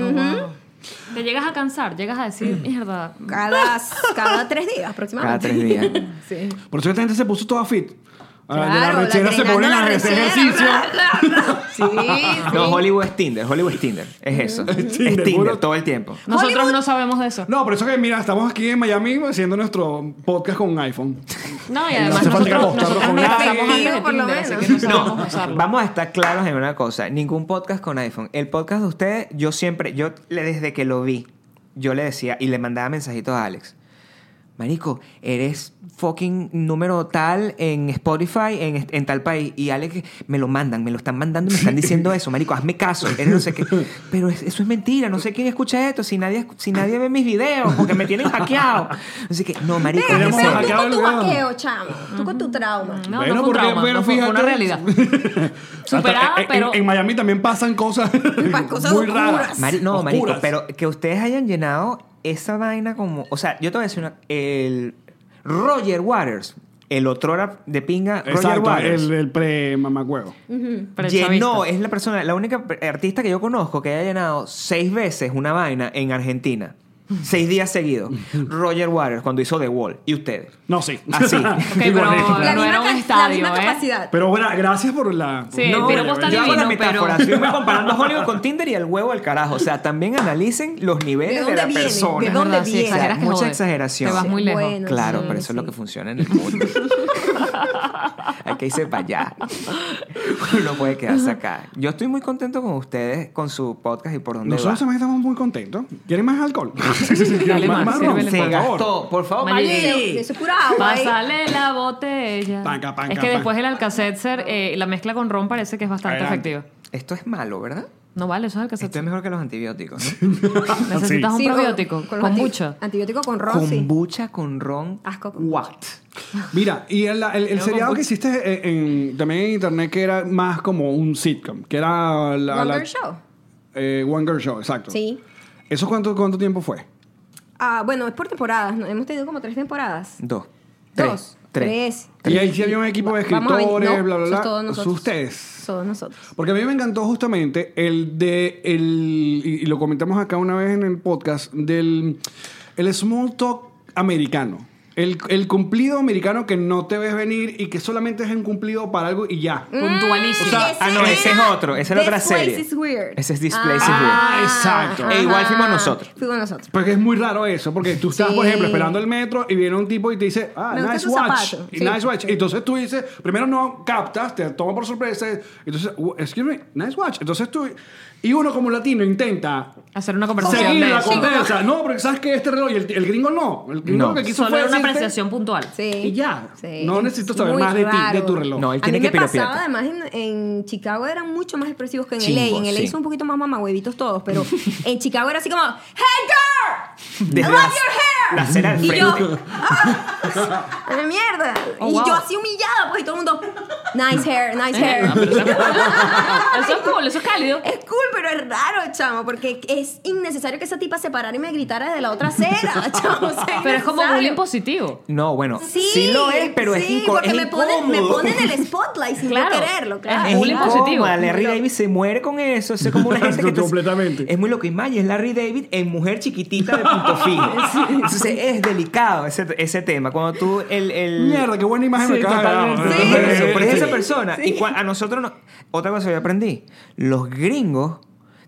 Te llegas a cansar, llegas a decir, mierda.
Cada, cada tres días
Cada
aproximadamente.
tres días.
*laughs* Sí.
Por eso esta gente se puso toda fit. Ah, de la
Claro,
rechera se
adrenalina,
ponen a
la
hacer
rechera,
ejercicio.
bla, bla, bla. *laughs* Sí, sí.
No, Hollywood es Tinder. Hollywood es Tinder. Es eso.
*laughs*
es
Tinder,
Tinder
puro-
todo el tiempo.
Nosotros
Hollywood-
no sabemos de eso.
No, por eso que mira, estamos aquí en Miami haciendo nuestro podcast con un iPhone.
No, y además
hace falta
nosotros,
que acostarnos
nosotros
con
no
nadie.
estamos antes de
Por lo
Tinder, así que no
menos.
sabemos usarlo.
Vamos a estar claros en una cosa. Ningún podcast con iPhone. El podcast de ustedes, yo siempre, yo le- desde que lo vi, yo le decía y le mandaba mensajitos a Alex. Marico, eres fucking número tal en Spotify, en, est- en tal país. Y Alex, me lo mandan, me lo están mandando y me están diciendo eso. Marico, hazme caso. Eres no sé qué. Pero es- eso es mentira. No sé quién escucha esto. Si nadie, si nadie ve mis videos, porque me tienen hackeado. Así que, no, marico,
Venga,
es
Tenemos
en
pero
serio.
hackeado
tú
el
con tu
video.
vaqueo, chamo. Tú con tu trauma.
No,
Bueno,
no fue un
porque-
trauma,
bueno,
no fue- fue una
fíjate.
realidad.
*laughs* Hasta-
Superada,
en- en-
pero-
En, Miami también pasan
*laughs*
cosas,
cosas
muy
oscuras.
raras.
Mari- no,
Oscuras.
marico, pero que ustedes hayan llenado esa vaina como... O sea, yo te voy a decir una... El Roger Waters, el otrora de pinga Roger
Exacto,
Waters,
el, el pre-mamacuevo.
Pero el
llenó,
chavista.
es la persona, la única per- artista que yo conozco que haya llenado seis veces una vaina en Argentina. Seis días
*laughs*
seguidos. Roger Waters, cuando hizo The Wall. Y ustedes.
No, sí. *laughs*
Así.
pero-
Igualito,
Pero no
claro.
La misma,
era un
ca-
estadio,
la misma
¿eh?
capacidad.
Pero gra- gracias por la...
Sí,
Eh,
el piropo está
yo hago la
divino, pero-
metáfora. Así me comparando Hollywood con Tinder y el huevo al carajo. O sea, también analicen los niveles de,
dónde
la
viene?
persona.
¿De
Es
dónde
verdad, sí,
viene?
exageras que
Mucha
jodes.
exageración.
Te vas muy lejos.
Bueno,
Claro,
sí,
pero eso es lo
sí.
que funciona en el mundo. *laughs* Hay que irse para allá. *laughs* Uno puede quedarse acá. Yo estoy muy contento con ustedes, con su podcast y por donde
Nosotros
va.
también estamos muy contentos. ¿Quieren más alcohol? *laughs* Sí, sí, sí,
Dale
más,
más,
más ron,
sírvele,
por
Se
favor.
gastó. Por favor,
Maní.
Maní.
Eso es pura agua. ¿eh?
Pásale la botella.
Panca, panca,
es que
panca.
después el Alka-Seltzer, eh, la mezcla con ron parece que es bastante
Adelante. Este
efectiva.
Esto es malo, ¿verdad?
No vale, eso es
Esto es
Alka-Seltzer.
mejor que los antibióticos. ¿no?
Necesitas
Sí,
un
con-
probiótico con,
los anti-
mucho.
Antibiótico con ron, sí. Ah.
Kombucha con ron.
Asco.
What?
Mira, y el, el- el seriado que hiciste eh, en- también en internet que era más como un sitcom, que era la...
One
la-
Girl Show.
Eh, One Girl Show, exacto.
Sí.
¿Eso cuánto, cuánto tiempo fue?
Ah, bueno, es por temporadas. ¿no? Hemos tenido como tres temporadas.
Dos.
Dos.
Tres.
Tres.
Y ahí sí había un equipo de
Va- vamos a venir-
escritores,
no,
bla, bla,
eso
bla.
es todos nosotros.
Ustedes.
Todos nosotros.
Porque a mí me encantó justamente el de el y, y lo comentamos acá una vez en el podcast del el small talk americano. El, el cumplido americano que no te ves venir y que solamente es un cumplido para algo y ya.
Puntualísimo.
O sea,
Ah, no, ese es otro. Esa era
This
otra serie.
Place is weird.
Ese es This Place
Ah,
is
exacto.
Weird. E igual fuimos nosotros.
Fuimos nosotros.
Porque es muy raro eso, porque tú estás, por
Sí.
ejemplo, esperando el metro y viene un tipo y te dice, ah,
Me gusta
nice
tu
watch.
zapato.
y
Sí.
Nice watch. Entonces tú dices, primero no captas, te toma por sorpresa. Entonces, "Uh, excuse me, nice watch. Entonces tú, y uno como latino intenta
Hacer una conversación
seguir
de
la
eso.
conversa. No, porque sabes que este reloj y el, el gringo no. El gringo
No.
lo que quiso
Solo
fue
era una
decirte-
apreciación puntual.
Sí.
Y ya.
Sí.
No necesito saber
Muy
más de ti, de
raro.
tu reloj.
No, él
A
tiene
mí
que
me pasaba
piropear.
además en, en Chicago eran mucho más expresivos que en
Chimbo,
LA. En LA
sí.
son un poquito más mamahuevitos todos,
*laughs*
pero en Chicago era así como, ¡Hey girl!
Desde
¡I love
la-
your hair!
la acera al
y yo,
frente.
"Ah, ¡A la mierda!
Oh,
y
wow.
yo así humillada, pues y todo el mundo, ¡Nice hair, nice
Ah, pero
hair!
eso es cool. Eso es cool, eso es cálido.
Es cool, pero es raro, chamo, porque es innecesario que esa tipa se parara y me gritara de la otra acera, *laughs* chamo. o sea,
Pero es como
innecesario.
bullying positivo.
No, bueno,
Sí,
sí, lo es, pero es,
sí,
inco-
porque
es
me ponen, me
incómodo. *laughs*
ponen el spotlight sin yo
Claro.
quererlo, claro.
Es
Es
bullying
incómodo,
positivo.
Larry
Muy
David se muere con eso. eso Es como
*laughs*
una gente que tú-
Completamente.
Es muy loco. Y Maya es Larry David en mujer chiquitita de punto fijo. Entonces es delicado ese, ese tema. Cuando tú el, el-
Mierda, qué buena imagen me acabas de dar.
totalmente.
Sí.
Por eso, por
Sí.
esa persona. Y cua- a nosotros, no- otra cosa que yo aprendí, los gringos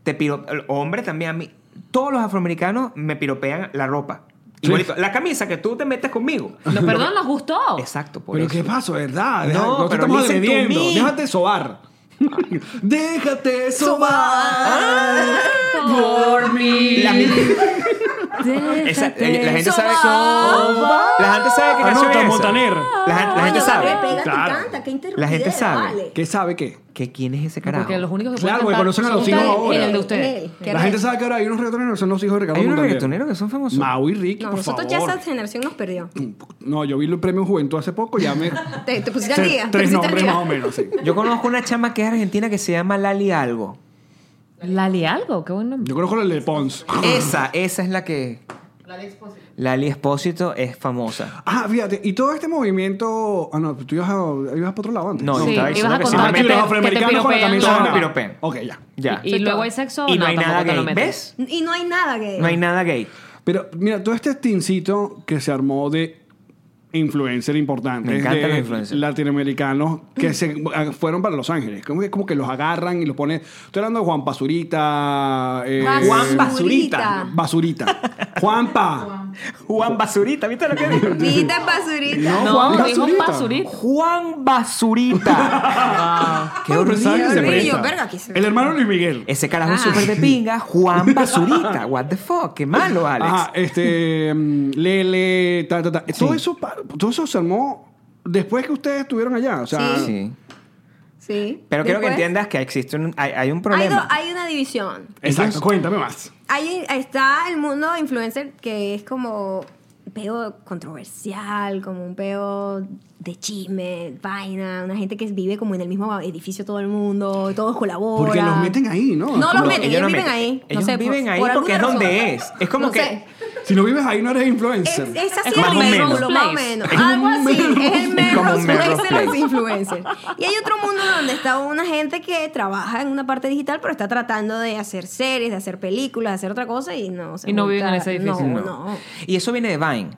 te piro, el hombre también a mí, todos los afroamericanos me piropean la ropa. Igualito, la camisa que tú te metes conmigo. *laughs*
No, perdón, nos gustó.
Exacto, por
Pero
eso.
qué pasó, ¿verdad? Deja-
No,
no te
pero
estamos
listen to
agrediendo.
me.
Déjate sobar.
*laughs*
Déjate sobar.
Por mí.
La, esa- eh, la gente sabe. La gente sabe que canción
Anota,
es esa.
Montaner.
La, gen- la
Coño,
gente
dale,
sabe.
pégate y
Claro.
canta, qué
La gente
interrumpidera,
sabe
vale.
¿Qué sabe qué?
¿Que ¿Quién es ese carajo?
Porque los únicos que
Claro,
pueden
porque
cantar
conocen a los
son
hijos
ustedes y
ahora.
el de ustedes.
Él, que
La gente sabe que ahora hay unos reggaetoneros que son los hijos de Ricardo
Hay unos
Montaner.
reggaetoneros que son famosos.
Maui Ricky,
No,
por
nosotros
favor.
ya esa generación nos perdió.
No, yo vi el premio Juventud hace poco, ya me...
Te, te pusiste al
Tres-
día. te
Tres
pusiste al
nombres
día.
más o menos, sí.
Yo conozco una chama que es argentina que se llama Lali Algo.
Lali algo, qué buen nombre.
Yo conozco el de Pons.
*coughs* Esa, esa es la que. Lali Espósito es famosa.
Ah, fíjate, y todo este movimiento... Ah, no, tú ibas, a, ibas para otro lado antes.
No,
Sí, ibas
estaba diciendo
a
que
Ah,
se
contar
llama
que
que
los
te-
afroamericanos
que te
con la
piropean.
camisa
Todos
me
blanca.
piropean.
Ok, ya.
Ya.
Y- y luego hay sexo,
Y
no,
no hay
tampoco
nada
te lo
gay.
metes.
¿Ves?
Y no hay nada que.
No hay nada gay.
Pero mira, todo este tincito que se armó de influencer importantes
Me encantan
de
los influencers.
latinoamericanos que se *laughs* a- fueron para Los Ángeles. Como que, como que los agarran y los ponen. Estoy hablando de Juan Pasurita. eh,
Juan Basurita.
Basurita. Juanpa.
Juan Basurita, ¿viste lo que dijo?
Mita basurita.
No,
No,
Juan
dijo
Basurita.
Basurita.
Juan
*laughs*
Basurita. Qué
Bueno, pero ¿sabes que se
horrible.
horrible.
presta?
Yo, verga, que se-
El hermano Luis Miguel.
Ese carajo es
Ah.
súper de pinga,
*laughs*
Juan Basurita. What the fuck, qué malo, Alex.
Ajá, este. mm, Lele, ta, ta, ta. Todo,
Sí.
eso, pa- todo eso se armó después que ustedes estuvieron allá. O sea,
Sí.
Sí.
Pero quiero que
Después,
entiendas que existe un, hay, hay un
Hay, do-
problema.
hay una división.
Exacto, cuéntame más.
Ahí está el mundo influencer que es como un peo controversial, como un peo de chisme, vaina, una gente que vive como en el mismo edificio todo el mundo, todos colaboran.
Porque los meten ahí, ¿no?
No los
Como-
meten, ellos,
no
viven
meten.
ahí. No
Ellos
sé, por-
viven ahí
por
porque es
alguna
donde
razón.
es. Es como
No
que-
sé.
Si no vives ahí, no eres
Es,
influencer.
es así
Es
el
como un
Melrose,
Melrose
más o
Place.
menos.
Es como
Algo
un
así. Es el
Melrose
Place. Como
Melrose
un Melrose
Place de los
Place.
influencers. Y hay otro mundo donde está una gente que trabaja en una parte digital, pero está tratando de hacer series, de hacer películas, de hacer otra cosa y no se
Y no
junta.
viven en ese edificio.
No,
No.
no.
Y eso viene de Vine.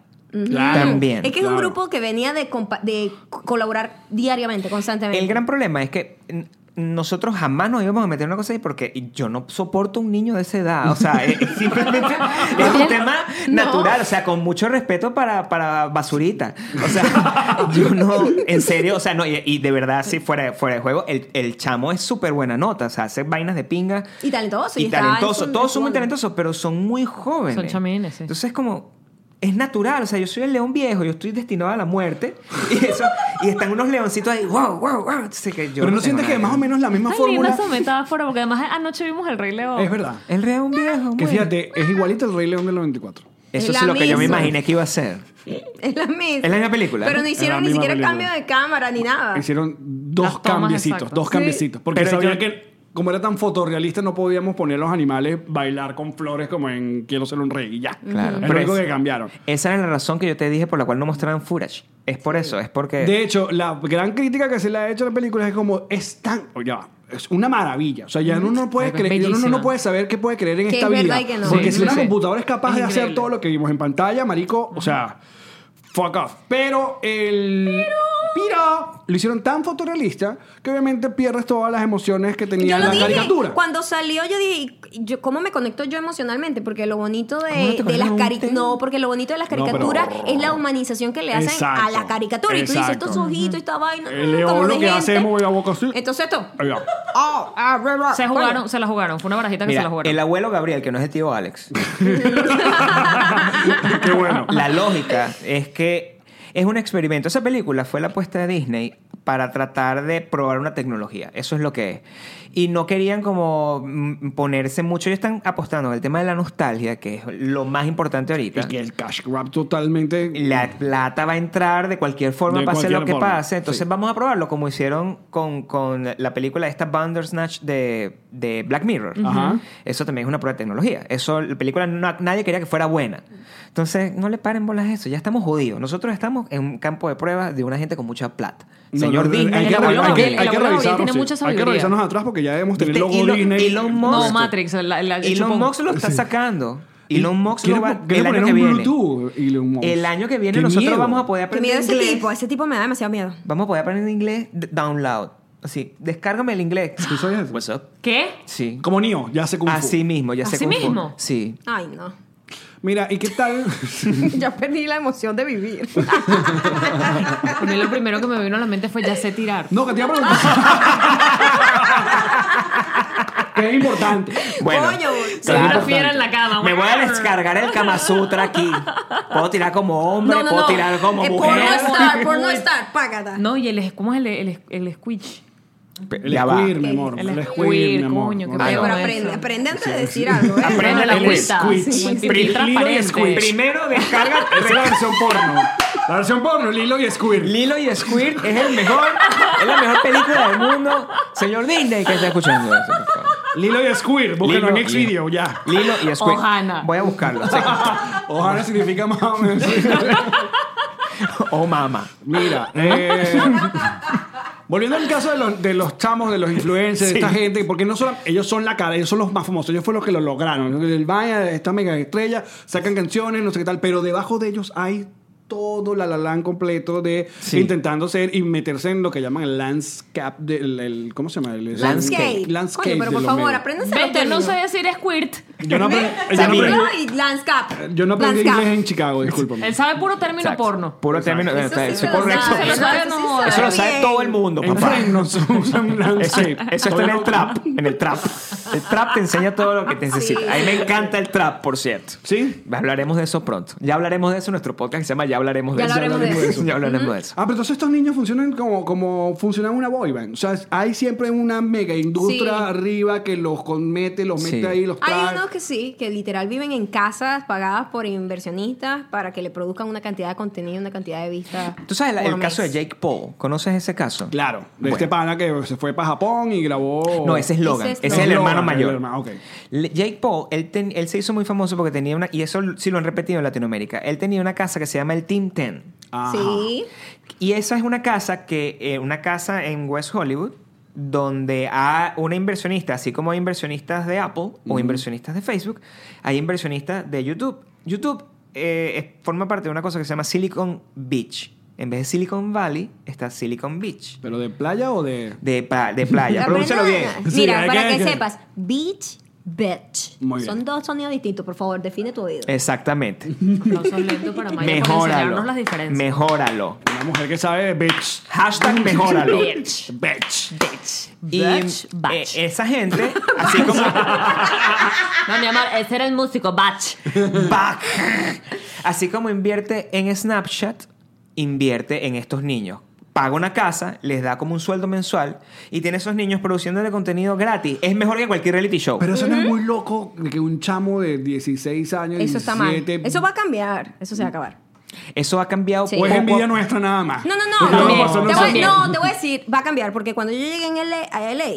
Claro.
También.
Es que es un
Claro.
grupo que venía de, compa- de co- colaborar diariamente, constantemente.
El gran problema es que n- nosotros jamás nos íbamos a meter en una cosa así porque yo no soporto un niño de esa edad. O
*laughs*
sea, es, es simplemente es un tema natural. O sea, con mucho respeto para, para basurita. O sea, *laughs* yo no, en serio, o sea, no, y, y de verdad, si fuera, fuera de juego, el, el chamo es súper buena nota. O sea, hace vainas de pinga.
Y talentoso, y
Y
está
talentoso.
en su-
Todos son muy
en su
talentosos, pero son muy jóvenes.
Son chamines, sí.
Entonces, como. Es natural, o sea, yo soy el león viejo, yo estoy destinado a la muerte. Y, eso, y están unos leoncitos ahí, wow, wow, wow. Entonces, que yo
Pero no
tengo
sientes que
nada.
más o menos la misma
Ay, linda
fórmula.
esa metáfora, porque además anoche vimos el Rey León.
Es verdad.
El león viejo.
Que
bueno.
fíjate, es igualito el Rey León del 94.
Eso
Es
es
la
lo que yo me
misma.
imaginé que iba a ser.
Es la misma.
Es la misma película,
Pero
¿no?
no
Es la
hicieron ni
misma
siquiera
película.
cambio de cámara ni nada.
Hicieron dos
Ah. Las tomas,
cambiecitos,
exacto.
dos
Sí.
cambiecitos. Porque
Pero
sabía
yo-
que como era tan fotorrealista no podíamos poner a los animales bailar con flores como en Quiero ser un rey y ya.
Claro.
Es
Pero
lo único
es-
que cambiaron.
Esa era la razón que yo te dije por la cual no mostraron Furage. Es por eso, es porque.
De hecho, la gran crítica que se le ha hecho a la película es como es tan, oh, ya va, es una maravilla. O sea, ya uno no puede
Ay, es
creer, uno no
bellísima.
puede saber qué puede creer en
Que
esta
es verdad
vida.
y que no.
Porque
Sí,
si una
sí.
computadora es capaz
Es
de hacer
increíble.
todo lo que vimos en pantalla, marico, o sea, fuck off. Pero el. Pero. Lo hicieron tan fotorrealista que obviamente pierdes todas las emociones que tenía
Yo
la
lo dije.
caricatura.
Cuando salió, yo dije, ¿y yo, ¿cómo me conecto yo emocionalmente? Porque lo bonito
¿Cómo no
de,
te
de las
conectas?
caricaturas. No, porque lo bonito de las
No, pero- oh.
caricaturas es la humanización que le hacen a la
Exacto,
caricatura. Y tú dices,
exacto.
estos ojitos, esta vaina.
El
mm, como
león lo
de
que
gente".
hace es mover la boca así.
Entonces, esto.
Ahí va. *laughs*
Oh, ah, bra, bra.
Se
Coño.
jugaron, se la jugaron. Fue una barajita que
Mira,
se la jugaron.
el abuelo Gabriel, que no es el tío Alex,
Qué bueno. *laughs*
la lógica es que es un experimento. Esa película fue la apuesta de Disney para tratar de probar una tecnología. Eso es lo que es. Y no querían como mm, ponerse mucho. Ellos están apostando al tema de la nostalgia, que es lo más importante ahorita.
Y que el cash grab totalmente.
La plata va a entrar de cualquier forma,
De
pase lo
cualquier
que
forma,
pase. Entonces
sí.
vamos a probarlo, como hicieron con, con la película esta Bandersnatch de, de Black Mirror.
Ajá.
Eso también es una prueba de tecnología. Eso, la película, no- nadie quería que fuera buena. Entonces, no le paren bolas a eso. Ya estamos jodidos. Nosotros estamos en un campo de pruebas de una gente con mucha plata.
No,
Señor
no, no,
Disney,
hay que,
el abuelo
hay que-
Gabriel,
hay
el
que
abuelo Gabriel
revisarnos,
tiene
sí.
mucha
Hay que
sabiduría.
revisarnos atrás porque ya debemos tener
Este
logo
Elon-
Disney.
Elon Musk.
no,
esto.
Matrix. la- la- el
Elon
chupón.
Musk lo está sacando. Elon Musk lo
Quiere-
va
quiere
el
poner
año que
un
viene.
Bluetooth, Elon Musk.
El año que viene
Qué
nosotros
miedo.
vamos a poder
Qué
aprender
miedo ese
inglés.
tipo. Ese tipo me da demasiado miedo.
Vamos a poder aprender inglés d- down loud. Así, descárgame el inglés.
¿Tú sabes eso?
What's up?
¿Qué?
Sí.
Como Neo, ya se confunde.
Así mismo, ya sé
¿Así
cómo fue.
mismo?
Sí.
Ay, no. *laughs*
Mira, ¿y qué tal? *laughs*
ya perdí la emoción de vivir.
A mí lo primero que me vino a la mente fue ya sé tirar.
No, que te iba a preguntar.
*laughs*
que es importante.
Coño,
Soy una fiera en la cama.
Me voy a descargar el Kama Sutra aquí. Puedo tirar como hombre,
no, no,
puedo
no.
tirar como
Eh,
mujer.
*laughs*
Porno estar, porno estar. Págata.
No, y el, ¿cómo es el, el, el squish?
El
Ya va.
squeer, mi amor.
El
El
squeer,
squeer, mi amor.
coño, qué
Oye,
Ah,
Eh, pero
no,
aprende,
eso.
aprende antes de decir algo. ¿eh?
Aprende
Prende la
el
agüita.
squeeze.
Sí, con el
Pri-
pipí
Lilo y
transparente.
squeeze.
Primero descarga
*laughs* Esa es la versión porno. La versión porno, Lilo y Squeer.
Lilo y Squirt es el mejor, es la mejor película del mundo. Señor Disney, que está escuchando eso, por favor.
Lilo y Squeer. Búsquenlo en
Lilo y-
Next Video, ya.
*laughs* Lilo y Squirt.
Ohana.
Voy a buscarlo. *laughs* sí.
Ojalá significa más o menos.
*laughs* Oh, mamá.
Mira, eh, volviendo al caso de los, de los chamos, de los influencers, de esta gente, porque no solo ellos son la cara, ellos son los más famosos, ellos fueron los que lo lograron. El Vaya, esta mega estrella, sacan canciones, no sé qué tal, pero debajo de ellos hay todo la la lan completo de
Sí.
intentando ser y meterse en lo que llaman el landscape del el- ¿cómo se llama? El,
Landscape.
Landscape
Coño, pero
de
por
los
favor,
medios.
apréndanse los
Vete, no
términos.
sé decir squirt.
Yo no aprendí, yo no
Sabía.
aprendí-
Término y landscape.
yo no aprendí
Landscape.
inglés en Chicago, discúlpame.
Él sabe puro término
Exacto. *laughs*
porno.
Puro término.
Eso
está-
sí
estoy
se lo
correcto.
sabe,
Se lo
eso
sabe,
sí
no
se
joda.
Eso lo sabe
bien.
todo el mundo,
En
papá.
Friends no se usa
*laughs*
un
Eso,
landscape.
eso está en el trap, en el trap. El trap te enseña todo lo que te necesitas. A mí me encanta el trap, por cierto.
¿Sí?
Hablaremos de eso pronto. Ya hablaremos de eso en nuestro podcast que se llama Ya hablaremos de
Ya
eso.
hablaremos de eso.
Ya hablaremos de eso.
Ah, pero entonces estos niños funcionan como, como funcionaba una boy band. O sea, hay siempre una mega industria
Sí.
arriba que los comete, los mete
Sí.
ahí, los trae.
Hay unos que sí, que literal viven en casas pagadas por inversionistas para que le produzcan una cantidad de contenido, una cantidad de vistas.
Tú sabes la-
por
el
mes.
caso de Jake Paul. ¿Conoces ese caso?
Claro, de
Bueno.
este pana que se fue para Japón y grabó.
No, ese es Logan.
Ese es este.
Ese es el
Logan,
hermano mayor.
el hermano, ok.
Le- Jake Paul, él, ten- él se hizo muy famoso porque tenía una, y eso sí lo han repetido en Latinoamérica, él tenía una casa que se llama el Team Ten.
Ajá.
Sí.
Y esa es una casa que, eh, una casa en West Hollywood, donde hay una inversionista, así como hay inversionistas de Apple o inversionistas de Facebook, hay inversionistas de YouTube. YouTube eh, es- forma parte de una cosa que se llama Silicon Beach. En vez de Silicon Valley, está Silicon Beach.
¿Pero de playa o de.?
De,
*laughs*
pa- de playa.
La
Pronúncialo bien.
verdad,
Sí,
Mira,
hay
para
que-
que,
que-
sepas, beach, bitch.
Muy bien.
Son dos sonidos distintos, por favor, define tu oído.
Exactamente.
No son lentos para Maya por
Mejóralo.
enseñarnos las diferencias.
Mejóralo.
Una mujer que sabe de
*laughs*
bitch.
*laughs*
Hashtag mejóralo.
Bitch.
Bitch.
Bitch.
Y
Bitch.
eh,
Batch. *laughs*
esa gente, así como
No, mi amor, ese era el músico, Batch.
Back. Así como invierte en Snapchat, invierte en estos niños. Paga una casa, les da como un sueldo mensual y tiene esos niños produciéndole contenido gratis. Es mejor que cualquier reality show.
Pero eso no es muy loco que un chamo de 16 años.
Eso está mal.
17,
Eso va a cambiar. Eso se va a acabar.
Eso ha cambiado
Sí.
O
poco
es
a
pues envidia
poco.
nuestra nada más.
No,
Lo
no, no.
que nos
También,
pasó a
te voy-
nosotros.
no, te voy a decir, va a cambiar, porque cuando yo llegué en LA, a LA,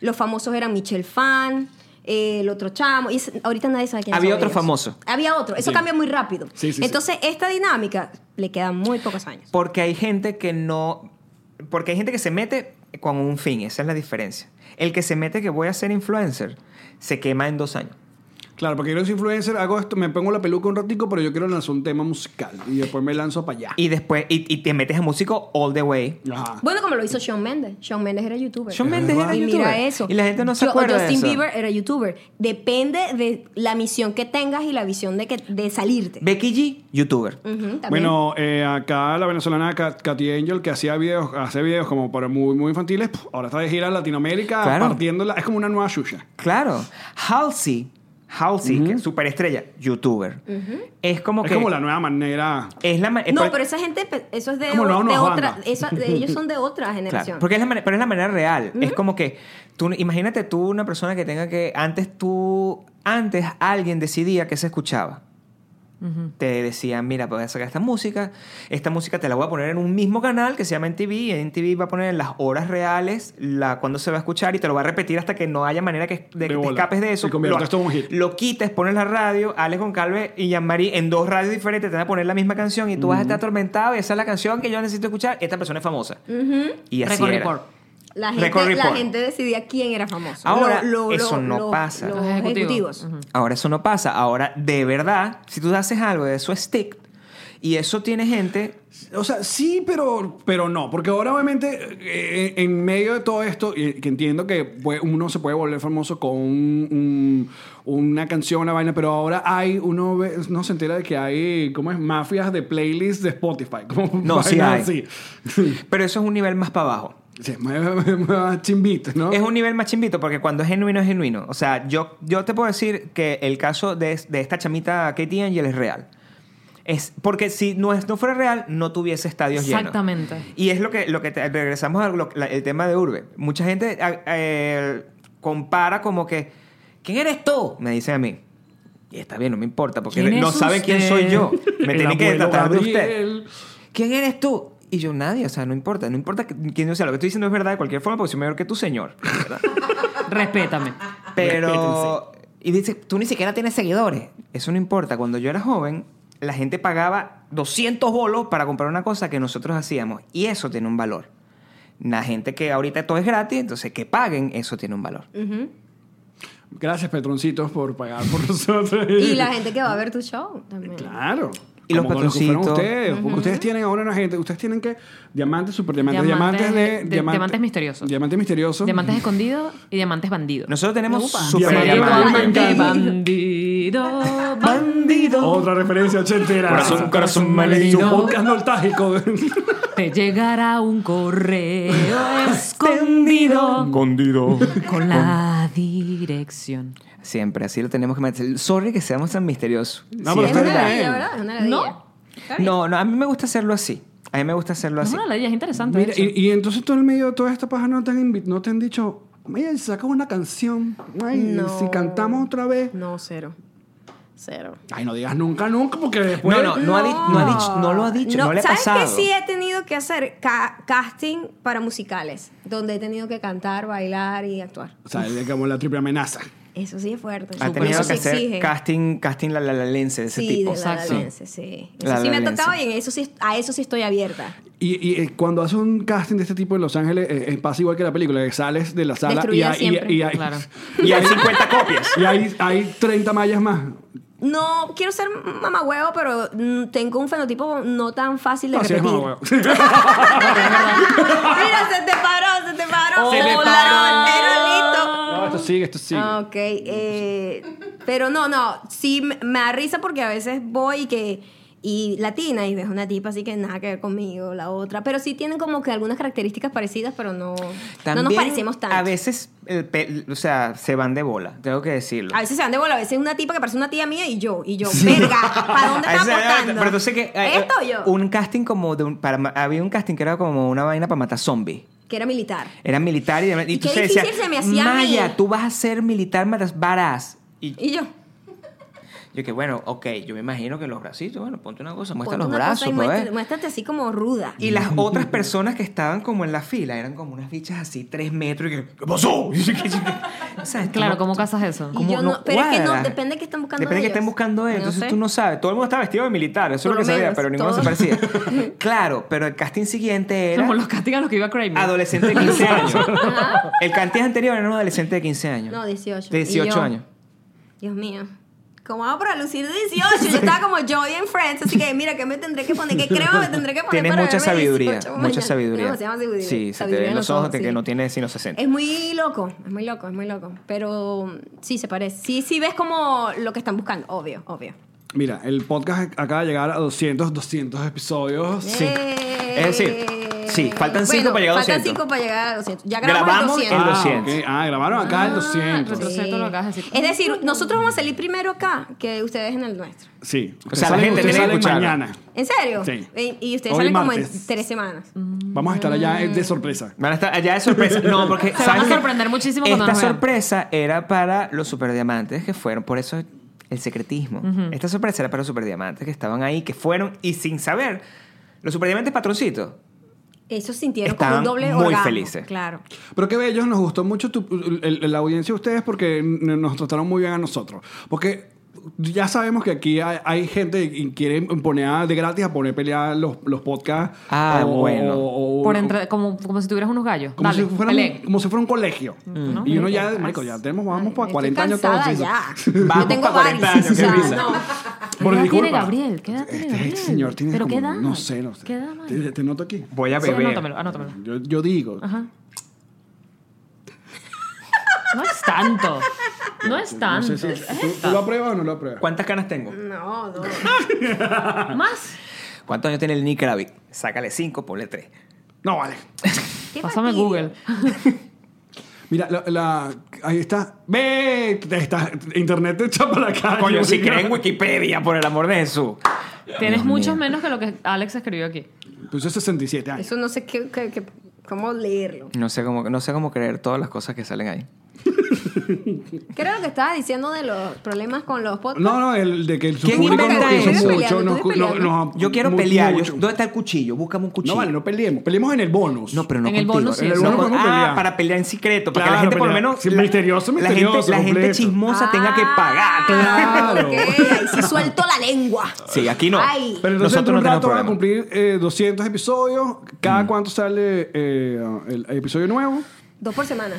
los famosos eran Michelle Fan, eh, el otro chamo, y ese- ahorita nadie sabe quién
Había
son
otro
ellos.
famoso.
Había otro, eso
Sí.
cambia muy rápido.
Sí, sí, sí.
Entonces, esta dinámica le quedan muy pocos años.
Porque hay gente que no. Porque hay gente que se mete con un fin, esa es la diferencia. El que se mete que voy a ser influencer se quema en dos años.
Claro, porque yo soy influencer, hago esto, me pongo la peluca un ratico, pero yo quiero lanzar un tema musical y después me lanzo para allá.
Y después, y, y te metes a músico all the way.
Ajá.
Bueno, como lo hizo Shawn Mendes. Shawn Mendes era youtuber.
Shawn Mendes era
Y
youtuber.
mira eso.
Y la gente no se
Yo-
acuerda de
Justin
eso.
Bieber era youtuber. Depende de la misión que tengas y la visión de, que, de salirte.
Becky G, youtuber.
Ujú, también.
Bueno, eh, acá la venezolana Kat- Katy Angel, que hacía videos, hace videos como para muy, muy infantiles, pf, ahora está de gira en Latinoamérica,
Claro.
partiéndola. Es como una nueva Xuxa.
Claro. Halsey, Halsey, que es superestrella, youtuber. Es como
Es
que.
como la nueva manera.
es la ma- es
no,
por-
pero esa gente, pe- eso es de,
Como
o-
no, no,
de
banda.
otra. esa- de- ellos son de otra
Claro,
generación.
porque es la, mane- pero es la manera real. Es como que, tú, imagínate tú una persona que tenga que, antes tú, antes alguien decidía que se escuchaba. Te decían, mira, pues voy a sacar esta música, esta música te la voy a poner en un mismo canal que se llama NTV, y NTV va a poner las horas reales, la cuando se va a escuchar y te lo va a repetir hasta que no haya manera que, de
De
que te
bola.
escapes de eso.
Y convierte
Lo-
esto en un hit.
lo quitas, pones la radio, Alex Goncalves y Jean-Marie en dos radios diferentes te van a poner la misma canción y tú vas a estar atormentado y esa es la canción que yo necesito escuchar. Esta persona es famosa. Y así
Record
era.
report.
la,
Record
gente, la
Report.
gente decidía quién era famoso.
Ahora, eso no pasa.
Los
Los ejecutivos.
ejecutivos.
Ahora eso no pasa. Ahora, de verdad, si tú haces algo de eso es stick y eso tiene gente...
O sea, sí, pero, pero no. Porque ahora, obviamente, eh, en medio de todo esto, y que entiendo que pues, uno se puede volver famoso con un- un- una canción, una vaina, pero ahora hay, uno ve- no se entera de que hay, ¿cómo es? Mafias de playlists de Spotify. Como *laughs*
No, sí
vainas
hay.
así.
Pero eso es un nivel más para abajo.
Sí, es más- más- más chimbito, ¿no?
Es un nivel más chimbito porque cuando es genuino es genuino. O sea, yo, yo te puedo decir que el caso de, de esta chamita Katie Angel es real. Es porque si no, es, no fuera real, no tuviese estadios llenos.
Exactamente.
Y es lo que, lo que te- regresamos al tema de Urbe. Mucha gente a- eh, compara como que, ¿quién eres tú? Me dicen a mí. Y está bien, no me importa, porque
¿Quién
no
es
saben quién
usted?
soy yo. Me
El
tienen que
abuelo
tratar de usted.
Gabriel.
¿Quién eres tú? Y yo, nadie, o sea, no importa, no importa que- quién yo sea, lo que estoy diciendo es verdad de cualquier forma, porque soy mayor que tú, señor. ¿verdad?
Respétame.
Ah, Pero. Y dice, tú ni siquiera tienes seguidores. Eso no importa. Cuando yo era joven, la gente pagaba 200 bolos para comprar una cosa que nosotros hacíamos. Y eso tiene un valor. La gente que ahorita todo es gratis, entonces que paguen, eso tiene un valor.
Gracias, Petroncitos, por pagar por nosotros.
Y la gente que va a ver tu show también.
Claro.
Y los
Como con que fueron
patroncitos.
ustedes, porque ustedes tienen ahora una gente, ustedes tienen que diamantes, super diamantes, diamantes,
Diamantes
de,
de- diamantes misteriosos.
Diamantes misteriosos.
Diamantes escondidos y diamantes bandidos.
Nosotros tenemos
Upa.
super
Diamante,
diamantes.
me
Diamante,
encanta.
bandido, bandido.
Otra referencia ochentera.
Corazón, corazón
Su
malido.
podcast nostálgico.
Te llegará un correo escondido
Escondido.
con la dirección.
Siempre, así lo tenemos que meter. Sorry que seamos tan misteriosos.
No,
Sí,
pero
Es
es
está
una
bien.
verdad.
ladilla, ¿verdad? Es una ladilla.
¿No?
No, no, a mí me gusta hacerlo así. A mí me gusta hacerlo
Es
así.
una ladilla, es interesante.
Mira,
de hecho.
y, y entonces todo el medio de toda esta paja no te han, invi- no te han dicho, mira, saca una canción. Ay,
No.
si cantamos otra vez.
No, cero. Cero.
Ay, no digas nunca, nunca, porque después.
No, no, no, ha di- no ha dicho, no lo ha dicho, no, le ha
¿sabes
pasado.
que sí he tenido que hacer Ca- casting para musicales, donde he tenido que cantar, bailar y actuar.
O sea, es como la triple amenaza.
Eso sí es fuerte.
Ha
Eso
tenido
se
que hacer
exige.
casting, casting la la la lense de ese
sí,
tipo.
de la
Exacto.
Lalense, sí. Eso
La
sí me ha
Lalense.
tocado y en eso sí, a eso sí estoy abierta.
Y, y, eh, cuando haces un casting de este tipo en Los Ángeles, eh, eh, pasa igual que la película, que sales de la sala y
Destruida
hay,
siempre.
y hay-
Claro.
y
Y hay
hay-
50 copias.
y hay- hay 30 mallas más.
No quiero ser mamagüevo, pero mm, tengo un fenotipo no tan fácil de
No, Ah, sí, es
repetir.
más huevo. *laughs*
*laughs* Mira, se te paró, se te paró.
Se te
Hola,
paró.
No, esto sigue, esto sigue.
Pero listo. Ok, eh, pero no, no, sí me- me da risa porque a veces voy y que y latina y ves una tipa así que nada que ver conmigo, la otra, pero sí tienen como que algunas características parecidas, pero no, no nos
También,
parecemos tanto.
A veces, el pe- o sea, se van de bola, tengo que decirlo.
A veces se van de bola, a veces una tipa que parece una tía mía y yo, y yo, verga, ¿para
*laughs*
dónde
A
está
veces-
aportando?
Pero entonces que. eh,
¿Esto o yo?
Un casting como de un- para, ma- había un casting que era como una vaina para matar zombies.
Que era militar.
Era militar y, de- y
Y
tú
qué
se
difícil
decías,
se me hacía a mí.
Maya, tú vas a ser militar, matas varas. Y
Y yo,
yo que bueno, ok, yo me imagino que los bracitos, bueno, ponte una cosa, muestra
ponte
los
una cosa
brazos, pues".
y
pa' ver.
muéstrate, muéstrate así como ruda.
Y las otras personas que estaban como en la fila eran como unas bichas así, tres metros, y que, ¿qué pasó? *laughs* Y yo, ¿qué- qué- qué? O sea, es
Claro,
como-
¿cómo casas eso?
Y yo no- pero es que no, depende de qué están buscando
Depende de qué
ellos.
estén buscando ellos.
No
Entonces
sé.
tú no sabes. Todo el mundo estaba vestido de militar, eso
Por lo
es lo que sabía,
menos,
pero ninguno se
todos.
parecía.
*laughs*
claro, pero el casting siguiente era
Como los castigan los que iba a Kramer.
adolescente
*laughs*
de 15 años. el casting anterior era un adolescente de 15 años.
No, 18.
De
Y
18
yo,
años.
Dios mío. como hago para lucir 18? Yo estaba como Joy en Friends, así que mira, ¿qué me tendré que poner? ¿Qué crema me tendré que poner?
Tienes
para
mucha
verme
sabiduría,
18
mucha
mañana?
sabiduría.
Tienes demasiada sabiduría.
Sí, se te
Sabiduría
ven
en
los ojos de
sí.
que no tienes sino 60.
Es muy loco, es muy loco, es muy loco. Pero sí se parece. Sí, sí ves como lo que están buscando, obvio, obvio.
Mira, el podcast acaba de llegar a 200, 200 episodios.
Sí.
¡Eh!
Es decir, sí, faltan cinco para llegar a
Faltan
200.
5 para llegar a 200. Ya grabamos,
Grabamos
el 200.
el
Ah,
200.
ok. Ah, grabaron acá el
Ah,
200.
retrocede. Entonces, tú lo acabas de decir.
Es decir, nosotros vamos a salir primero acá que ustedes en el nuestro.
Sí.
O sea,
Ustedes
la gente
salen- ustedes
tiene que
salen
escucharlo.
mañana.
¿En serio?
Sí.
Y- Y ustedes
Hoy
salen como en
martes.
tres semanas.
Vamos a estar allá eh, de sorpresa.
Van a estar allá de sorpresa.
*laughs*
No, porque
Se van
¿sabes
a
qué?
sorprender muchísimo cuando
Esta
nos vean.
sorpresa era para los superdiamantes que fueron, por eso el secretismo. Esta sorpresa era para los superdiamantes que estaban ahí, que fueron y sin saber. Los superdiamantes patroncitos.
Eso sintieron
Estaban
como un doble
muy
orgasmo.
felices.
Claro.
Pero qué bellos, nos gustó mucho tu- el- el- la audiencia de ustedes porque n- nos trataron muy bien a nosotros. Porque ya sabemos que aquí hay, hay gente que quiere poner a- de gratis a poner pelea los, los podcasts.
Ah, bueno.
o- o-
Por entre- como, como si tuvieras unos gallos.
como,
Dale,
si fuera
peleen.
un, como si fuera un colegio.
Mm.
No,
Y uno
marico,
ya,
es-
marico, ya tenemos, vamos para
Estoy
40 años todos.
cansada
sí, sí.
ya.
Vamos
Yo tengo
pa' 40
varices,
años, qué
o sea,
risa.
no.
¿Qué
Bueno,
edad tiene
disculpa.
Gabriel? ¿Qué edad tiene
Este,
Gabriel?
este señor tiene
¿Pero
como-
qué edad?
No sé, no sé.
¿Qué edad, man?
te, te noto aquí.
Voy a
Sí,
beber.
anótamelo, anótamelo.
Yo, yo digo.
Ajá. No es tanto. No es
No
tanto.
sé si- ¿tú, tú lo apruebas o no lo apruebas?
¿Cuántas canas tengo?
No, no.
Más.
¿Cuántos años tiene el Nick Rabbit? Sácale 5, ponle 3.
No, vale.
Qué
Pásame
fastidio.
Google.
Mira, la, la- ahí está. Ve, Ahí está. Internet te echa para
Ah,
acá.
Ah, Coño,
Yo
si
digo-
creen Wikipedia, por el amor de Jesús.
Tienes
Dios
muchos
mío.
menos que lo que Alex escribió aquí. Pues
Puse 67 años.
Eso no sé qué, qué- qué- cómo leerlo.
No sé, cómo, no sé cómo creer todas las cosas que salen ahí.
¿Qué era lo que estaba diciendo de los problemas con los podcasts?
No, no, el de que el su
¿Quién
público
inventa
nos quiso
eso?
mucho.
Estoy peleando,
nos-
estoy
no-
peleando.
nos-
Yo quiero
mu-
pelear. yo-
mucho.
¿Dónde está el cuchillo? Búscame un cuchillo.
No, vale, no peleemos. Peleemos en el bonus.
No, pero no
En el
contigo.
bonus sí,
En el
sí.
bonus
No
con-
podemos
ah,
pelear.
para pelear en secreto. Para que la
Claro,
gente por lo
pelear.
menos...
Sí,
la-
misterioso,
la gente-
misterioso,
La gente,
completo.
chismosa
Ah,
tenga que pagar.
Claro.
Ok, ahí sí suelto la lengua.
Sí, aquí no.
Ay.
Pero entonces
Nosotros
en
no
un
tenemos
rato van a
problema. Mm.
cumplir eh, 200 episodios. ¿Cada cuánto sale eh, el episodio nuevo?
Dos por semana.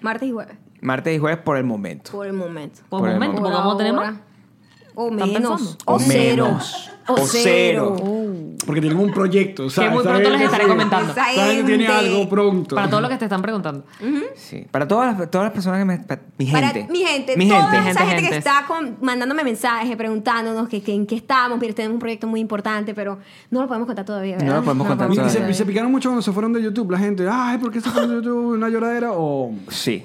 Martes y jueves.
Martes y jueves por el momento.
Por el momento.
Por,
Por el
momento, pues,
momento.
porque vamos a tener
ahora.
más.
O
¿Están
menos.
pensando?
O,
O
cero.
menos.
O
O
cero.
cero.
Porque tienen un proyecto.
Que muy pronto les estaré comentando.
Esa
Saben que tiene
gente.
algo pronto.
Para todo lo que te están preguntando.
Sí. Para todas las, todas las personas que me... pa- mi
Para
gente.
mi gente,
Mi
toda
gente.
esa gente,
Gente,
que
gente.
está con- mandándome mensajes, preguntándonos que, que en qué estamos, mira, tenemos un proyecto muy importante, pero no lo podemos contar todavía. ¿verdad?
No lo podemos contar
Y- y se,
todavía.
y se picaron mucho cuando se fueron de YouTube. La gente, ay, ¿por qué se fueron de YouTube? ¿Una lloradera? O...
Sí.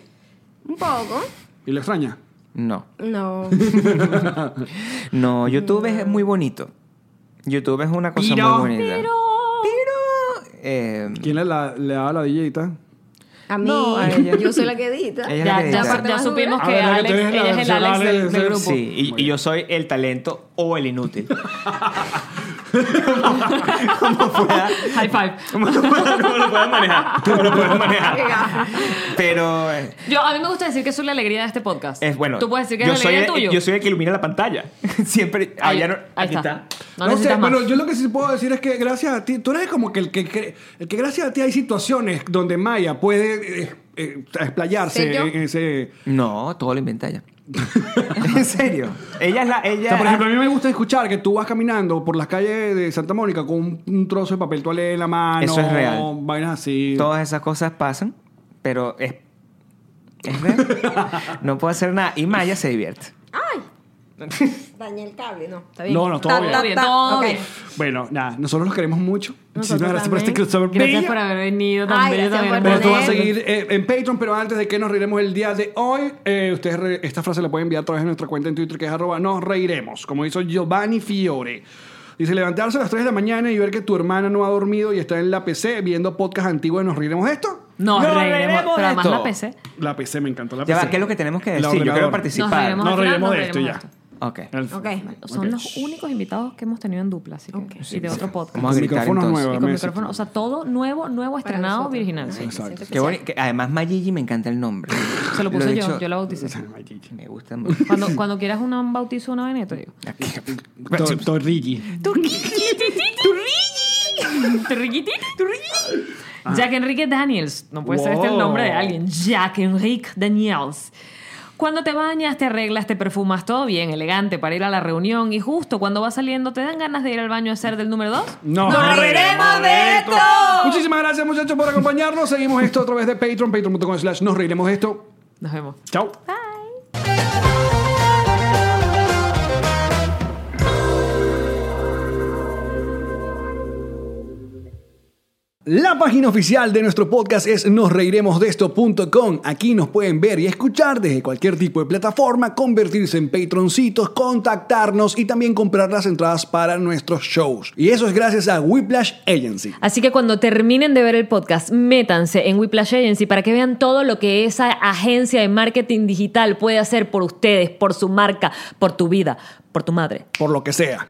Un poco.
¿Y lo extraña?
No.
No.
No, YouTube es muy bonito. YouTube es una cosa
Piro.
muy bonita. Pero... Eh,
¿Quién le, la, le daba la DJita?
A mí,
No, a ella.
yo soy la que edita.
Ella es la
Ya,
que
ya-
edita.
ya supimos
Ah,
que
¿verdad que
Alex,
tú eres la
ella es el
versión
Alex del,
Alex
del
del-
grupo.
Sí, y- y, yo soy el talento o
*laughs*
el inútil. como pueda,
High five.
como lo pueda, como lo pueda manejar. Como lo pueda manejar. Pero eh,
Yo, a mí me gusta decir que soy la alegría de este podcast.
es bueno.
Tú puedes decir que
yo
es la
soy
alegría
el-
tuyo.
Yo soy el que ilumina la pantalla. *laughs* Siempre. ah,
Ahí,
ya no-
ahí
aquí
está.
No,
No,
sé,
necesitas más.
pero yo lo que sí puedo decir es que gracias a ti, tú eres como que el que, cre- el que gracias a ti hay situaciones donde Maya puede eh, eh, explayarse
¿Ser yo?
en ese...
No, todo lo
*laughs*
inventa ella. en serio. Ella es la.
O
Ella,
sea, por ejemplo, a mí me gusta escuchar que tú vas caminando por las calles de Santa Mónica con un, un trozo de papel toalé en la mano.
Eso es real.
Vainas así.
*laughs* Todas esas cosas pasan, pero es.
*laughs*
es real. no puedo hacer nada. Y Maya se divierte.
Ay. Dañé el cable, no. Está bien.
No, no, todo
Ta,
bien.
ta,
Todo bien,
ta.
todo
Ok.
bien.
Bueno, nada, nosotros los queremos mucho. Muchísimas
Nosotros
gracias por este
también.
crossover
Gracias
bello.
por haber venido tan
Ay,
bello
gracias
también.
por
Pero esto va a
Ponerlo.
seguir eh, en Patreon, pero antes de que nos reiremos el día de hoy, eh, ustedes re- esta frase la pueden enviar a través de nuestra cuenta en Twitter que es arroba nos reiremos, como hizo Giovanni Fiore. Dice levantarse a las 3 de la mañana y ver que tu hermana no ha dormido y está en la PC viendo podcast antiguo de Nos reiremos de esto.
Nos
No,
reiremos.
reiremos de
Pero además
esto.
la PC.
La PC me encantó la
Ya
PC.
va, ¿qué es lo que tenemos que
La
decir? Yo quiero
ordenadora.
participar.
Nos reiremos.
Nos
al final,
reiremos
nos
de esto y ya.
reiremos
Ok.
El-
Ok.
Son los únicos invitados que hemos tenido en dupla, así que.
Ok.
Y de otro podcast.
Vamos a
Con
gritar
micrófonos
entonces.
nuevos.
Y con
Messi.
micrófono. O sea, todo nuevo, nuevo,
Para
estrenado,
nosotros.
virginal.
Ay, me siento
Exacto.
Qué
especial.
boni- que- además, Mayigi me encanta el nombre.
Se lo puse
he
yo,
dicho-
yo la
*laughs*
bauticé.
Me gusta mucho.
*laughs* Cuando, cuando quieras una- un bautizo, una veneta, digo.
Pues,
To- Torrigi.
*laughs*
Turriquití, turriquití. Jack Enrique Daniels. No puede ser este el
Wow.
nombre de alguien. Jack Enrique Daniels.
Cuando te bañas, te arreglas, te perfumas, todo bien, elegante, para ir a la reunión y justo cuando vas saliendo, ¿te dan ganas de ir al baño a hacer del número 2?
Nos
reiremos de esto.
Oh.
Muchísimas gracias, muchachos, por acompañarnos. Seguimos esto a través de Patreon, patreon.com slash nos reiremos de esto.
Nos vemos.
Chao. La página oficial de nuestro podcast es nosreiremosdeesto.com. Aquí nos pueden ver y escuchar desde cualquier tipo de plataforma, convertirse en patroncitos, contactarnos y también comprar las entradas para nuestros shows. Y eso es gracias a Whiplash Agency.
Así que cuando terminen de ver el podcast, métanse en Whiplash Agency para que vean todo lo que esa agencia de marketing digital puede hacer por ustedes, por su marca, por tu vida, por tu madre.
Por lo que sea.